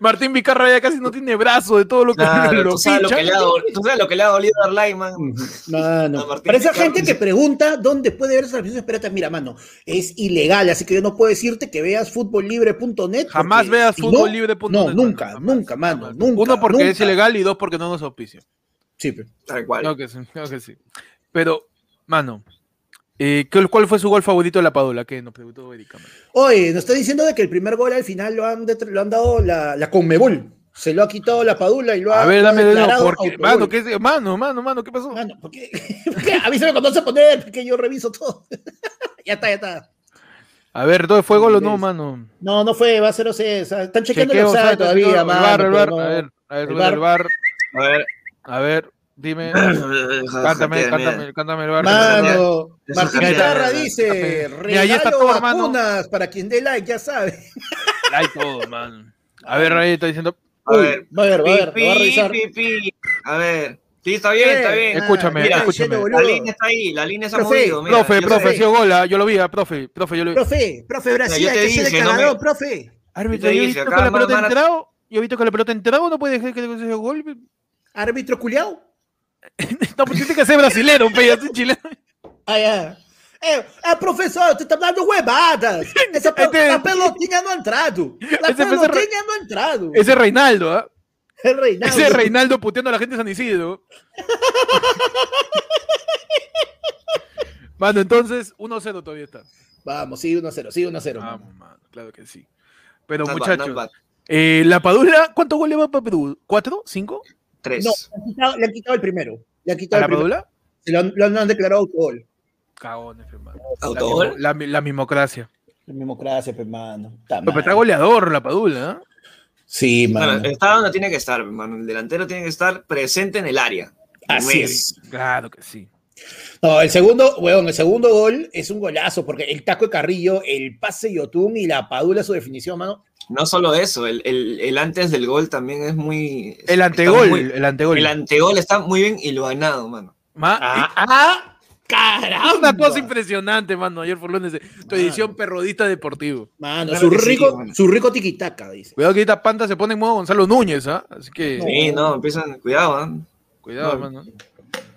Speaker 1: Martín Vizcarra ya casi no tiene brazo de todo lo que
Speaker 2: Claro,
Speaker 1: lo
Speaker 2: tú sabes lo que
Speaker 1: pinchan.
Speaker 2: le ha dolido- tú sabes lo que le ha dolido a Arlay, man.
Speaker 3: Mm. Mano,
Speaker 2: A Martín
Speaker 3: para esa
Speaker 2: Vizcarra,
Speaker 3: gente que
Speaker 2: dice.
Speaker 3: pregunta dónde puede ver esas transmisiones pirata, mira, mano, es ilegal, así que yo no puedo decirte que veas futbollibre.net.
Speaker 1: Jamás
Speaker 3: porque
Speaker 1: veas
Speaker 3: si no-
Speaker 1: fútbol libre. punto
Speaker 3: No,
Speaker 1: net,
Speaker 3: nunca,
Speaker 1: mano, jamás,
Speaker 3: nunca, mano,
Speaker 1: jamás.
Speaker 3: nunca.
Speaker 1: Uno porque
Speaker 3: nunca.
Speaker 1: es ilegal y dos porque no nos auspicia.
Speaker 3: Sí, pe.
Speaker 2: Tal cual.
Speaker 1: No que sí, no que sí. Pero, mano, eh, ¿cuál- ¿cuál fue su gol favorito de la Padula? Que nos preguntó Erika. mano.
Speaker 3: Oye, nos está diciendo de que el primer gol al final lo han, detr- lo han dado la, la Conmebol. Se lo ha quitado la Padula y lo ha.
Speaker 1: A ver,
Speaker 3: lo ha
Speaker 1: dame de nuevo.
Speaker 3: declarado Ah.
Speaker 1: Porque,
Speaker 3: autogol.
Speaker 1: mano, ¿qué es- mano, mano, mano, ¿qué pasó?
Speaker 3: Mano, ¿por qué? ¿Por qué? Avísame cuando vas a poner, porque yo reviso todo. ya está, ya está.
Speaker 1: A ver, ¿todo fue gol o no,
Speaker 3: Inglés.
Speaker 1: mano?
Speaker 3: No, no fue, va a ser o sea, Están chequeando
Speaker 1: Chequeo,
Speaker 3: el
Speaker 1: ¿sabes?
Speaker 3: offside todavía,
Speaker 1: El
Speaker 3: mano,
Speaker 1: bar, el
Speaker 3: pero
Speaker 1: bar.
Speaker 3: no.
Speaker 1: A ver, a ver,
Speaker 3: El
Speaker 1: el
Speaker 3: bar.
Speaker 1: bar.
Speaker 2: A ver.
Speaker 1: A ver, dime. Cántame,
Speaker 2: Cántame,
Speaker 1: cántame, cántame el bar. cántame
Speaker 3: Mano,
Speaker 2: Eso
Speaker 3: Martín
Speaker 2: también.
Speaker 3: Guitarra
Speaker 2: Mira,
Speaker 3: dice,
Speaker 1: mira, ahí está
Speaker 3: regalo
Speaker 1: todo, hermano.
Speaker 3: vacunas para quien dé like, ya sabe.
Speaker 1: el bar. Hay todo, man. A ver, ahí está diciendo.
Speaker 2: A ver.
Speaker 3: Va a ver, va a ver, lo
Speaker 2: Pi,
Speaker 3: va a revisar.
Speaker 2: pi, pi. A ver. Sí, está bien, está bien.
Speaker 1: Escúchame,
Speaker 2: Mira,
Speaker 1: escúchame.
Speaker 3: diciendo,
Speaker 2: La
Speaker 3: boludo.
Speaker 2: línea está ahí, la línea se ha
Speaker 3: Profe,
Speaker 2: movido. mira,
Speaker 1: profe,
Speaker 2: yo
Speaker 1: profe,
Speaker 2: sé.
Speaker 1: ha sido gola, yo lo vi, ah, profe, profe, yo lo vi.
Speaker 3: Profe, profe, Brasil,
Speaker 2: yo te
Speaker 3: hay que ser el
Speaker 2: dije, no me-
Speaker 3: cagador, profe.
Speaker 1: Árbitro,
Speaker 2: Yo te
Speaker 1: yo he
Speaker 2: dije,
Speaker 1: visto
Speaker 2: acá
Speaker 1: que la
Speaker 2: van-
Speaker 1: pelota
Speaker 2: van
Speaker 1: ha
Speaker 2: a-
Speaker 1: entrado, yo he visto que la pelota ha entrado, no puede dejar que le ese gol.
Speaker 3: Árbitro culiao.
Speaker 1: No, pues tiene que ser brasilero, un pedazo chileno.
Speaker 3: Ah, ya. É, é, professor, você tá dando huevadas. Essa pe-
Speaker 1: Entendi.
Speaker 3: a pelotinha não entrado. A
Speaker 1: Esse professor-
Speaker 3: pelotinha não entrado.
Speaker 1: Ese es Reinaldo, ¿ah?
Speaker 3: É Reinaldo.
Speaker 1: Ese es Reinaldo puteando a la gente de San Isidro. Mano, entonces 1-0 todavía está.
Speaker 3: Vamos, sigue 1 a 0, sigue 1 a 0.
Speaker 1: Vamos, mano, claro que sí. Pero
Speaker 2: Not bad,
Speaker 1: muchachos,
Speaker 2: not bad.
Speaker 1: eh, la Padula, ¿cuántos goles va para Perú? ¿Cuatro? ¿Cinco?
Speaker 2: Tres.
Speaker 3: No, le han, quitado, le han quitado el primero. Le han
Speaker 1: ¿A
Speaker 3: quitado
Speaker 1: la
Speaker 3: el primero.
Speaker 1: Padula?
Speaker 3: Se Lo han, lo han declarado autogol.
Speaker 1: Cagones, hermano.
Speaker 2: ¿Autogol?
Speaker 1: La, mi- la mimocracia.
Speaker 3: Democracia, hermano.
Speaker 1: Pero está goleador la Padula, ¿eh?
Speaker 3: Sí,
Speaker 2: Bueno, eh,
Speaker 3: mano.
Speaker 2: está donde tiene que estar, hermano. El delantero tiene que estar presente en el área.
Speaker 3: Así
Speaker 2: Medio.
Speaker 3: es.
Speaker 1: Claro que sí.
Speaker 3: No, el segundo, weón, el segundo gol es un golazo porque el taco de Carrillo, el pase de Yotun y la padula su definición, mano.
Speaker 2: No solo eso, el, el- el antes del gol también es muy.
Speaker 1: El
Speaker 2: está
Speaker 1: antegol,
Speaker 2: muy-
Speaker 1: el antegol.
Speaker 2: el antegol está muy bien hilvanado, mano.
Speaker 1: Ma-
Speaker 3: ¡Ah! ah caramba
Speaker 1: Una cosa impresionante, mano, ayer por lunes. eh, Tu edición perrodista deportivo.
Speaker 3: Mano,
Speaker 2: Claro
Speaker 3: su
Speaker 2: que sí,
Speaker 3: rico,
Speaker 2: mano.
Speaker 3: su rico tiquitaca, dice.
Speaker 1: Cuidado que ahorita Panta se pone en modo Gonzalo Núñez, ¿ah? Así que,
Speaker 3: No.
Speaker 2: Sí, no, empiezan. Cuidado, ¿ah?
Speaker 1: cuidado,
Speaker 2: No.
Speaker 1: mano.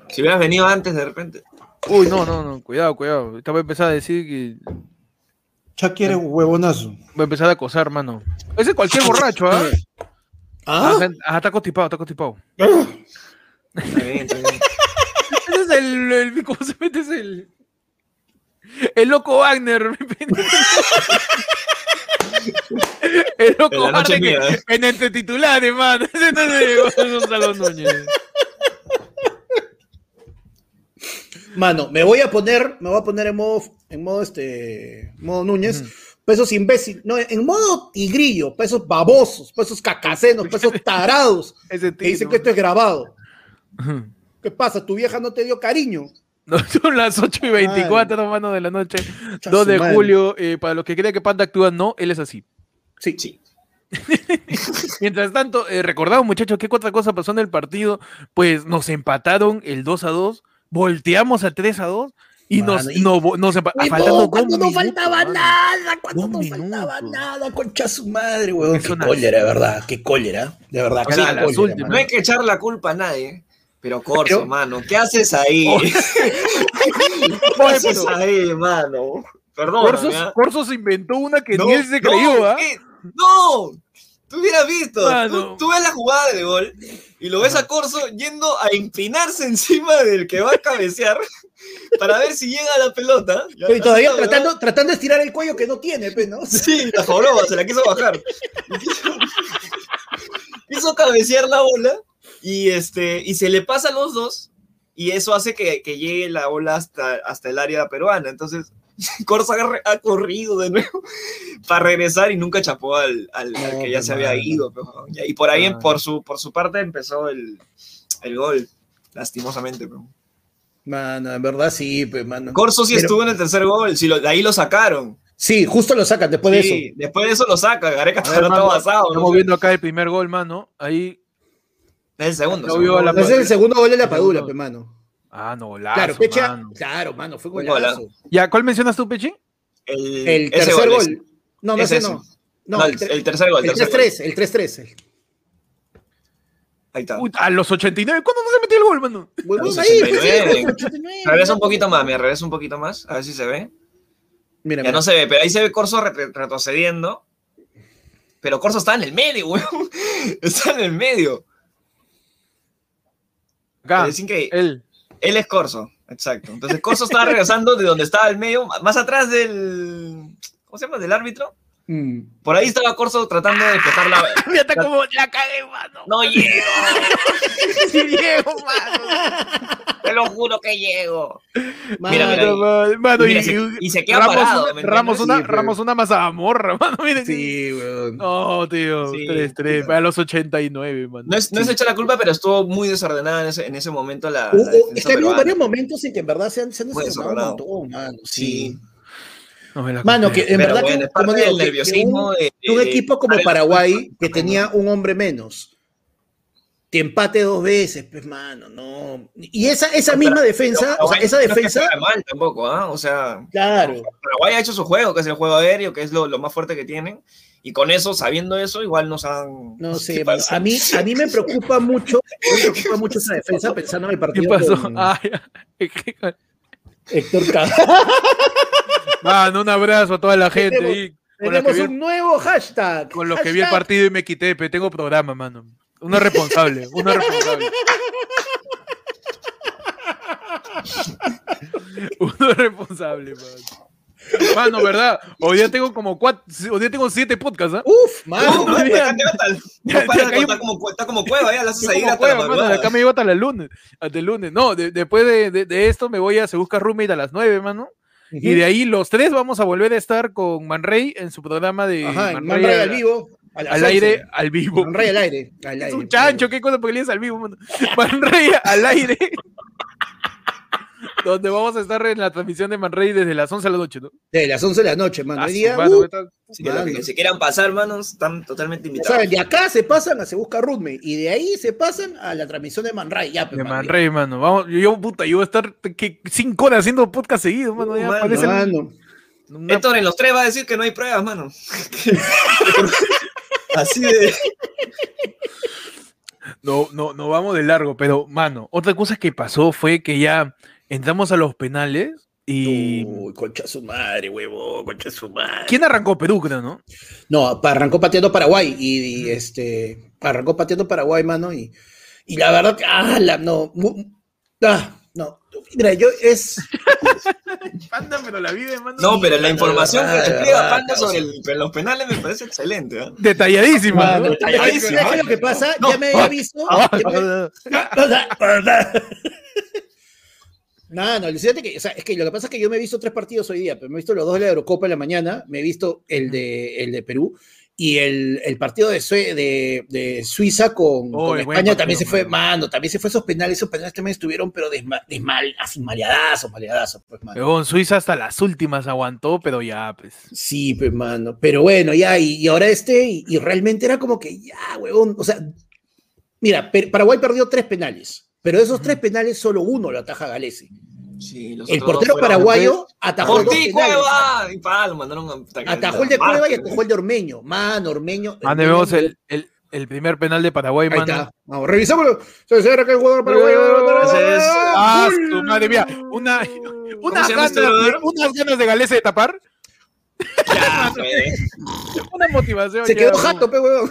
Speaker 2: Si hubieras venido antes de repente.
Speaker 1: Uy, no, no, no, cuidado, cuidado. Ahorita voy a empezar a decir que.
Speaker 4: Ya quiere huevonazo.
Speaker 1: Voy a empezar a acosar, mano. Ese es cualquier borracho, ¿ah?
Speaker 3: ¿Ah?
Speaker 1: Ajá, ajá, está costipado, está costipado.
Speaker 2: Está bien, está bien.
Speaker 1: Ese es el, el- ¿Cómo se mete? Es el. El loco Wagner. mi pendejo. el
Speaker 2: En
Speaker 1: loco
Speaker 2: la noche
Speaker 1: Wagner que-
Speaker 2: mía, ¿eh?
Speaker 1: en entre titulares, mano. Ese no es de Gonzalo Núñez.
Speaker 3: Mano, me voy a poner, me voy a poner en modo, en modo este, modo Núñez, pesos imbécil, no, en modo tigrillo, pesos babosos, pesos cacacenos, pesos tarados,
Speaker 1: Ese
Speaker 3: que dicen
Speaker 1: tío.
Speaker 3: que esto es grabado.
Speaker 1: Ujú.
Speaker 3: ¿Qué pasa? Tu vieja no te dio cariño.
Speaker 1: No, son las 8 y 24, mano, de la noche.
Speaker 3: Cha
Speaker 1: 2
Speaker 3: su
Speaker 1: de
Speaker 3: madre.
Speaker 1: julio. eh, para los que crean que Panda actúa, no, él es así.
Speaker 3: Sí,
Speaker 2: Sí.
Speaker 1: Mientras tanto, eh, recordamos, muchachos, qué otra cosa pasó en el partido. Pues nos empataron el 2 a 2, volteamos a 3 a 2 y
Speaker 3: Mano,
Speaker 1: nos,
Speaker 3: y-
Speaker 1: no, vo- nos empa-
Speaker 3: Ay,
Speaker 1: faltando
Speaker 3: no,
Speaker 1: dos
Speaker 3: cuando no
Speaker 1: minutos,
Speaker 3: faltaba
Speaker 1: mano.
Speaker 3: nada, cuando
Speaker 1: Dos
Speaker 3: no faltaba
Speaker 1: minutos.
Speaker 3: nada, concha su madre, weón.
Speaker 1: Es
Speaker 3: Qué
Speaker 1: una-
Speaker 3: cólera, de verdad, qué cólera, de verdad.
Speaker 2: O
Speaker 3: qué
Speaker 2: sea, las
Speaker 3: cólera,
Speaker 1: últimas.
Speaker 2: No
Speaker 3: mano.
Speaker 2: hay que echar la culpa a nadie. Pero Corso,
Speaker 3: Pero-
Speaker 2: mano, ¿qué haces ahí? ¿Qué
Speaker 1: Oye,
Speaker 2: haces
Speaker 1: pero-
Speaker 2: ahí, mano? ¿ah? Perdón.
Speaker 1: Corsos, Corsos inventó una que ni él se
Speaker 2: no,
Speaker 1: creyó, ¿ah?
Speaker 2: ¿qué? No, tú hubieras visto.
Speaker 1: Mano.
Speaker 2: Tú, tú ves la jugada de gol y lo ves a Corso yendo a inclinarse encima del que va a cabecear para ver si llega a la pelota.
Speaker 3: Pero y todavía
Speaker 2: Así, la
Speaker 3: tratando, tratando de estirar el cuello que no tiene, pues, ¿no?
Speaker 2: verdad, Sí, la joroba, se la quiso bajar. Quiso, quiso cabecear la bola y, este, y se le pasa a los dos. Y eso hace que, que llegue la bola hasta, hasta el área peruana. Entonces, Corso ha, ha corrido de nuevo para regresar y nunca chapó al, al- al
Speaker 3: No,
Speaker 2: que ya se había
Speaker 3: hermano.
Speaker 2: ido. pero ya- Y por ahí,
Speaker 1: Ah.
Speaker 2: por, su, por su parte, empezó el, el gol, lastimosamente. pero.
Speaker 3: Mano, en verdad sí, pues, mano.
Speaker 2: Corso sí
Speaker 3: Pero-
Speaker 2: estuvo en el tercer gol, sí lo- de ahí lo sacaron.
Speaker 3: Sí, justo lo sacan después
Speaker 2: Sí,
Speaker 3: de eso.
Speaker 2: Después de eso lo saca, Gareca
Speaker 1: A ver,
Speaker 2: está
Speaker 1: mano,
Speaker 2: basado.
Speaker 1: Estamos viendo acá el primer gol, mano. Ahí.
Speaker 2: Es el segundo.
Speaker 1: Lo
Speaker 2: segundo
Speaker 1: vio a la
Speaker 2: gol.
Speaker 3: Ese es el segundo gol de la
Speaker 1: Segundo.
Speaker 3: Padula, pues, mano.
Speaker 1: Ah, no, golazo,
Speaker 3: Claro, fecha-
Speaker 1: mano.
Speaker 3: claro, mano, fue
Speaker 2: Un
Speaker 3: golazo.
Speaker 1: ¿Ya cuál mencionas tú, Pechi?
Speaker 2: El,
Speaker 3: El
Speaker 2: ese
Speaker 3: tercer
Speaker 2: ese.
Speaker 3: gol. No, no, ese
Speaker 2: Ese, ese.
Speaker 3: no.
Speaker 2: No,
Speaker 3: No, el
Speaker 2: el,
Speaker 3: tre-
Speaker 2: el tercer gol.
Speaker 3: el
Speaker 2: tercer
Speaker 3: 3-3, el 3-3. el-
Speaker 2: gol. Ahí está.
Speaker 1: Uy, a los 89. ¿Cuándo no se metió el gol, mano?
Speaker 3: Huevón
Speaker 2: Los
Speaker 3: ahí, pues,
Speaker 2: 89.
Speaker 3: sí, 89,
Speaker 2: Regresa un
Speaker 3: mano.
Speaker 2: poquito más, mira, regresa un poquito más, a ver si se ve.
Speaker 3: Mira,
Speaker 2: Ya
Speaker 3: mira.
Speaker 2: no se ve, pero ahí se ve Corso re- retrocediendo. Pero Corso está en el medio, weón. Está en el medio.
Speaker 1: Acá.
Speaker 2: Es increíble.
Speaker 1: Él.
Speaker 2: Él es Corso, exacto. Entonces Corso estaba regresando de donde estaba el medio, más atrás del. ¿Cómo se llama? Del árbitro.
Speaker 3: Mm.
Speaker 2: Por ahí estaba Corso tratando de despejar la.
Speaker 1: Ya está como la cagué, mano.
Speaker 2: No llego,
Speaker 1: Sí, Diego, mano.
Speaker 2: te lo juro que llego.
Speaker 3: Mira,
Speaker 2: mira,
Speaker 3: mira.
Speaker 1: mano, mano,
Speaker 2: Mira,
Speaker 1: y,
Speaker 2: se- y se queda
Speaker 1: Ramos,
Speaker 2: parado,
Speaker 1: una, Ramos,
Speaker 2: ¿me entiendes? pues.
Speaker 1: una,
Speaker 3: Sí, pero-
Speaker 1: Ramos una mazamorra, mano. Miren.
Speaker 3: Sí, weón.
Speaker 1: No, tío.
Speaker 2: Sí,
Speaker 1: 3-3. A los 89, mano.
Speaker 2: No es, no es echar la culpa, pero estuvo muy desordenada en ese, en ese momento la. la
Speaker 3: Hubo-
Speaker 2: defensa
Speaker 3: está habiendo
Speaker 2: peruana.
Speaker 3: varios momentos en que en verdad se han, se han
Speaker 2: Fue
Speaker 3: desordenado un
Speaker 2: desordenado.
Speaker 3: montón, mano. Sí.
Speaker 2: Sí.
Speaker 1: No me la
Speaker 3: Mano, que
Speaker 1: compré.
Speaker 3: en
Speaker 2: Pero
Speaker 3: verdad
Speaker 2: bueno,
Speaker 3: que,
Speaker 2: es parte
Speaker 3: como digo,
Speaker 2: del
Speaker 3: que- que
Speaker 2: nerviosismo
Speaker 3: un,
Speaker 2: de-
Speaker 3: que un
Speaker 2: de-
Speaker 3: equipo como
Speaker 2: de-
Speaker 3: Paraguay que tenía un hombre menos te empate dos veces, pues mano, no. Y esa, esa misma defensa, o sea, esa
Speaker 2: Paraguay no es que
Speaker 3: defensa,
Speaker 2: juega mal tampoco, ¿ah? O sea,
Speaker 3: claro,
Speaker 2: Paraguay ha hecho su juego, que es el juego aéreo, que es lo, lo más fuerte que tienen. Y con eso, sabiendo eso, igual nos han.
Speaker 3: no
Speaker 2: ¿Qué
Speaker 3: sé, mano.
Speaker 2: pasa?
Speaker 3: a mí, a mí me preocupa mucho, me preocupa mucho esa defensa pensando en el
Speaker 1: ¿Qué
Speaker 3: partido
Speaker 1: pasó? Ah.
Speaker 3: con
Speaker 1: Ay, qué-
Speaker 3: Héctor Cava.
Speaker 1: Mano, un abrazo a toda la gente.
Speaker 3: Tenemos-
Speaker 1: ahí, con, los que
Speaker 3: Tenemos
Speaker 1: vi,
Speaker 3: un nuevo hashtag.
Speaker 1: con los que vi el
Speaker 3: Hashtag
Speaker 1: partido y me quité, pero tengo programa, mano. Uno es responsable, uno es responsable. Uno es responsable, mano. Mano, ¿verdad? Hoy día tengo como cuatro, hoy día tengo siete podcasts, ¿ah?
Speaker 3: Uf,
Speaker 2: No,
Speaker 3: mano.
Speaker 2: no,
Speaker 1: mira.
Speaker 2: acá te va tal.
Speaker 1: Ya,
Speaker 2: No para
Speaker 1: ya
Speaker 2: de
Speaker 1: cayó.
Speaker 2: contar como- Está como cueva, ya la haces
Speaker 1: Yo
Speaker 2: ahí
Speaker 1: como
Speaker 2: hasta
Speaker 1: pueda,
Speaker 2: la
Speaker 1: mano,
Speaker 2: madrugada.
Speaker 1: acá me llevo hasta el lunes, hasta el lunes. No, de- después de, de- de esto me voy a Se Busca Roommate a las 9, mano. Y de ahí los tres vamos a volver a estar con Manrey en su programa de
Speaker 3: Ajá, en
Speaker 1: Manrey
Speaker 3: Man Ray
Speaker 1: a-
Speaker 3: al vivo. a las
Speaker 1: al aire,
Speaker 3: 11.
Speaker 1: al vivo.
Speaker 3: Man Ray al aire. al
Speaker 1: es
Speaker 3: aire,
Speaker 1: un chancho, qué cosa, porque le dices al vivo. mano. Manrey al aire. Donde vamos a estar en la transmisión de Manrey desde las 11 a las 8, ¿no?
Speaker 3: De las 11 de la noche, mano.
Speaker 1: Ah,
Speaker 3: Hoy
Speaker 1: sí,
Speaker 3: día,
Speaker 1: mano,
Speaker 3: uh,
Speaker 1: está-
Speaker 2: Así que los que
Speaker 3: Mano.
Speaker 2: se quieran pasar, manos, están totalmente
Speaker 3: ya
Speaker 2: invitados.
Speaker 3: saben, de acá se pasan a Se Busca Rudme y de ahí se pasan a la transmisión de Man Ray. Ya, pues,
Speaker 1: De
Speaker 3: mano,
Speaker 1: Manrey, mano. Vamos, yo- yo, puta, yo voy a estar que, cinco horas haciendo podcast seguido, mano. Ya
Speaker 2: Mano,
Speaker 3: ya.
Speaker 1: parece
Speaker 3: Mano.
Speaker 1: una-
Speaker 2: Héctor en los tres va a decir que no hay pruebas, mano. Así de.
Speaker 1: No, no, no vamos de largo, pero mano, otra cosa que pasó fue que ya entramos a los penales y.
Speaker 3: Uy, concha su madre, huevo, concha su madre.
Speaker 1: ¿Quién arrancó Perú, creo, no?
Speaker 3: No, pa- arrancó pateando Paraguay y, y, este arrancó pateando Paraguay, mano, y, y la verdad, que- ah, la, no, mu- ah, no, mira, yo es
Speaker 1: Panda, pero la vida, mano.
Speaker 2: No, pero la información que
Speaker 3: verdad,
Speaker 2: despliega
Speaker 3: verdad,
Speaker 2: Panda
Speaker 3: causa.
Speaker 2: sobre el- sobre los penales me parece excelente. ¿ah?
Speaker 1: Detalladísima.
Speaker 3: Mano,
Speaker 1: ¿no? Ah,
Speaker 3: es que- es que lo que pasa, ya me había visto, ya me- Nada, no, alucínate que, o sea, es que lo que pasa es que yo me he visto tres partidos hoy día, pero me he visto los dos de la Eurocopa en la mañana, me he visto el de, el de Perú y el, el partido de, Sue- de, de Suiza con,
Speaker 1: Oh,
Speaker 3: con
Speaker 1: el buen
Speaker 3: España
Speaker 1: partido,
Speaker 3: también se fue,
Speaker 1: mano.
Speaker 3: mano, también se fue esos penales, esos penales también estuvieron, pero desma, desmal, así maleadazos, maleadazos, pues, mano.
Speaker 1: Huevón, Suiza hasta las últimas aguantó, pero ya, pues.
Speaker 3: Sí, pues, mano. Pero bueno, ya, y, y ahora este, y, y realmente era como que ya, huevón. O sea, mira, Per- Paraguay perdió tres penales, pero de esos tres penales, solo uno lo ataja Galese.
Speaker 2: Sí, los
Speaker 3: El
Speaker 2: otros
Speaker 3: portero
Speaker 2: dos fueron-
Speaker 3: paraguayo atajó
Speaker 2: ¡Por
Speaker 3: dos
Speaker 2: ti,
Speaker 3: penales.
Speaker 2: Cueva! Y pa, lo mandaron a. hasta que-
Speaker 3: Atajó el de
Speaker 2: Marte,
Speaker 3: Cueva y
Speaker 2: güey.
Speaker 3: atajó el de Ormeño. Mano, Ormeño.
Speaker 1: Mano,
Speaker 3: Ormeño-
Speaker 1: Ah, vemos el, el, el primer penal de Paraguay,
Speaker 3: Ahí
Speaker 1: mano.
Speaker 3: está. Vamos, revisémoslo. Se cierra que el jugador paraguayo.
Speaker 2: Ese es-
Speaker 1: Ah, su madre mía. Una, unas,
Speaker 2: se llama
Speaker 1: ganas,
Speaker 2: este
Speaker 1: de-
Speaker 2: brother?
Speaker 1: unas ganas de Galese de tapar.
Speaker 2: Ya, güey.
Speaker 1: Una motivación.
Speaker 3: Se
Speaker 1: ya,
Speaker 3: quedó
Speaker 1: como-
Speaker 3: jato, pe, huevón.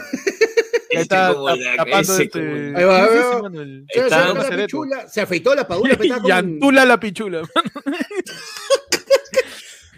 Speaker 1: Ahí
Speaker 2: Ese
Speaker 1: está
Speaker 2: como
Speaker 1: tap-
Speaker 2: la-
Speaker 1: tapando
Speaker 2: ese
Speaker 1: este-
Speaker 2: como el-
Speaker 3: Ahí va,
Speaker 1: ¿Quién
Speaker 3: ahí
Speaker 1: es
Speaker 3: va.
Speaker 1: ese, Manuel?
Speaker 2: Ahí
Speaker 3: Se
Speaker 2: está,
Speaker 3: afeitó la
Speaker 1: Macereto.
Speaker 3: pichula, Se afeitó la padula. pe, estaba con-
Speaker 1: Yantula la pichula.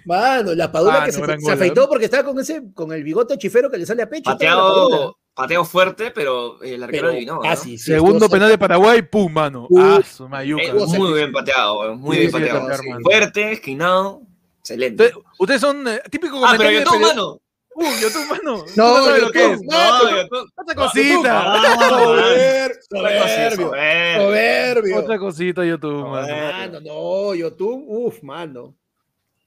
Speaker 3: Mano, la padula
Speaker 1: Ah,
Speaker 3: que
Speaker 1: no,
Speaker 3: se,
Speaker 1: gran
Speaker 3: se
Speaker 1: gol, ¿eh?
Speaker 3: afeitó porque estaba con ese, con el bigote chifero que le sale a pecho. estaba la padula.
Speaker 2: Pateo, pateo fuerte, pero el arquero
Speaker 3: Pero
Speaker 2: adivinó. ¿no?
Speaker 3: casi, sí,
Speaker 1: Segundo
Speaker 3: estuvo
Speaker 1: penal de Paraguay, pum, mano.
Speaker 3: Uh,
Speaker 1: Ah, su mayuca.
Speaker 2: Eh,
Speaker 3: cosa
Speaker 2: Muy
Speaker 3: que-
Speaker 2: bien pateado, güey, muy
Speaker 1: Sí,
Speaker 2: bien
Speaker 1: sí,
Speaker 2: pateado.
Speaker 1: sí, hermano.
Speaker 2: Fuerte, esquinado, excelente.
Speaker 1: Ustedes- Ustedes son eh, típicos
Speaker 2: Ah, pero
Speaker 1: comentarios
Speaker 2: YouTube,
Speaker 1: de-
Speaker 2: mano.
Speaker 1: Uh, YouTube, mano. Tú
Speaker 3: No,
Speaker 1: sabes lo que
Speaker 3: YouTube. Ah,
Speaker 1: es.
Speaker 3: No,
Speaker 2: No, YouTube.
Speaker 1: Otra cosita.
Speaker 3: Sober-
Speaker 2: Soberbio.
Speaker 3: Soberbio. Soberbio.
Speaker 1: Otra cosita, YouTube, mano.
Speaker 2: Joder.
Speaker 3: Mano, no, YouTube, uff, mano.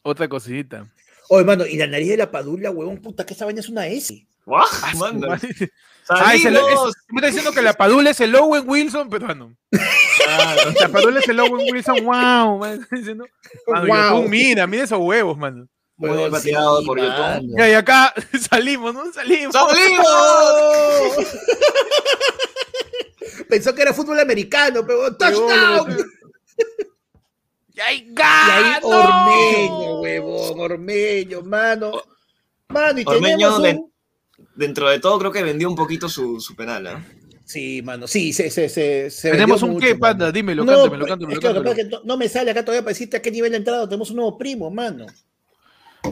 Speaker 1: Otra cosita.
Speaker 3: Oye, mano, y la nariz de la padula, huevón, puta, que esa vaina es una S.
Speaker 2: Guau,
Speaker 1: Ah, su
Speaker 2: mano.
Speaker 1: madre. Ah, es el- es-
Speaker 2: Salimos.
Speaker 1: me está diciendo que la padula es el Owen Wilson, pero ah, no. La padula es el Owen Wilson, wow. man, está diciendo- Mano,
Speaker 3: Guau.
Speaker 1: YouTube, mira, mira esos huevos, mano.
Speaker 2: Muy
Speaker 3: Huevón,
Speaker 2: pateado por YouTube.
Speaker 3: mano.
Speaker 1: Ya, Y acá salimos, ¿no? Salimos.
Speaker 2: ¡Salimos!
Speaker 3: Pensó que era fútbol americano, pero touchdown. Ah,
Speaker 1: Y ahí
Speaker 3: Y ahí
Speaker 1: ganó.
Speaker 3: Ormeño, huevón, Ormeño, mano. Mano, y
Speaker 2: Ormeño
Speaker 3: tenemos
Speaker 2: de-
Speaker 3: un...
Speaker 2: Dentro de todo, creo que vendió un poquito su, su penal. ¿eh?
Speaker 3: Sí, mano, sí, se, se, se, se
Speaker 1: Tenemos
Speaker 3: vendió
Speaker 1: un
Speaker 3: mucho,
Speaker 1: qué,
Speaker 3: mano.
Speaker 1: panda, dímelo,
Speaker 3: No,
Speaker 1: cántame, lo
Speaker 3: pues,
Speaker 1: cántame,
Speaker 3: es
Speaker 1: lo
Speaker 3: que lo que
Speaker 1: cántame.
Speaker 3: pasa es que no, no me sale acá todavía para decirte a qué nivel ha entrado. Tenemos un nuevo primo, mano.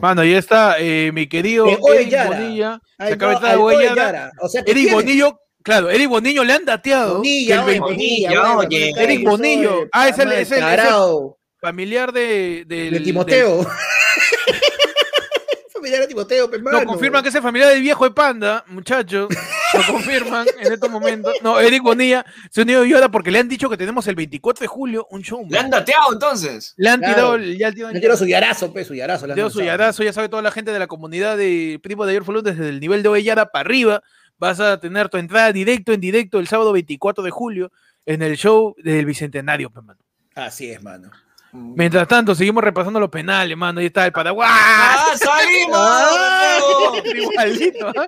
Speaker 1: Mano, ahí está eh, mi querido
Speaker 3: Eh, oye,
Speaker 1: Eric
Speaker 3: Yara.
Speaker 1: Bonilla.
Speaker 3: Ay,
Speaker 1: Se acaba
Speaker 3: no,
Speaker 1: de entrar
Speaker 3: al-
Speaker 1: Oye,
Speaker 3: oye,
Speaker 1: Yara.
Speaker 3: Yara, O sea, que
Speaker 1: Eric
Speaker 3: tiene-
Speaker 1: Bonillo, claro, Eric Bonillo le han dateado.
Speaker 3: Bonilla,
Speaker 1: que el 20
Speaker 3: oye, Bonilla,
Speaker 2: Bonilla,
Speaker 3: bueno,
Speaker 2: oye.
Speaker 3: acá
Speaker 1: Eric
Speaker 3: yo soy
Speaker 1: Bonillo.
Speaker 3: el
Speaker 1: Ah, es el-
Speaker 3: mamá
Speaker 1: es el- es el-
Speaker 3: tarao
Speaker 1: familiar de,
Speaker 3: de
Speaker 1: del-
Speaker 3: Timoteo. familiar a Timoteo, pues, mano.
Speaker 1: Nos confirman que ese familiar del viejo de Panda, muchachos. Lo confirman en estos momentos. No, Eric Bonilla se unió a Yoda porque le han dicho que tenemos el 24 de julio un show.
Speaker 2: Le han dateado entonces.
Speaker 1: Le han
Speaker 3: Claro.
Speaker 1: tirado el- ya el tío-
Speaker 3: Le quiero su yarazo, pues, su yarazo. le han
Speaker 1: Teo
Speaker 3: lanzado.
Speaker 1: Suyarazo, ya sabe toda la gente de la comunidad de Primo de Ayer Follow, desde el nivel de Ovellada para arriba. Vas a tener tu entrada directo en directo el sábado 24 de julio en el show del Bicentenario, pe, mano.
Speaker 3: Así es, mano.
Speaker 1: Mientras tanto, seguimos repasando los penales, mano. Ahí está el Paraguay.
Speaker 2: ¡Ah, salimos!
Speaker 1: Igualito, ¿ah?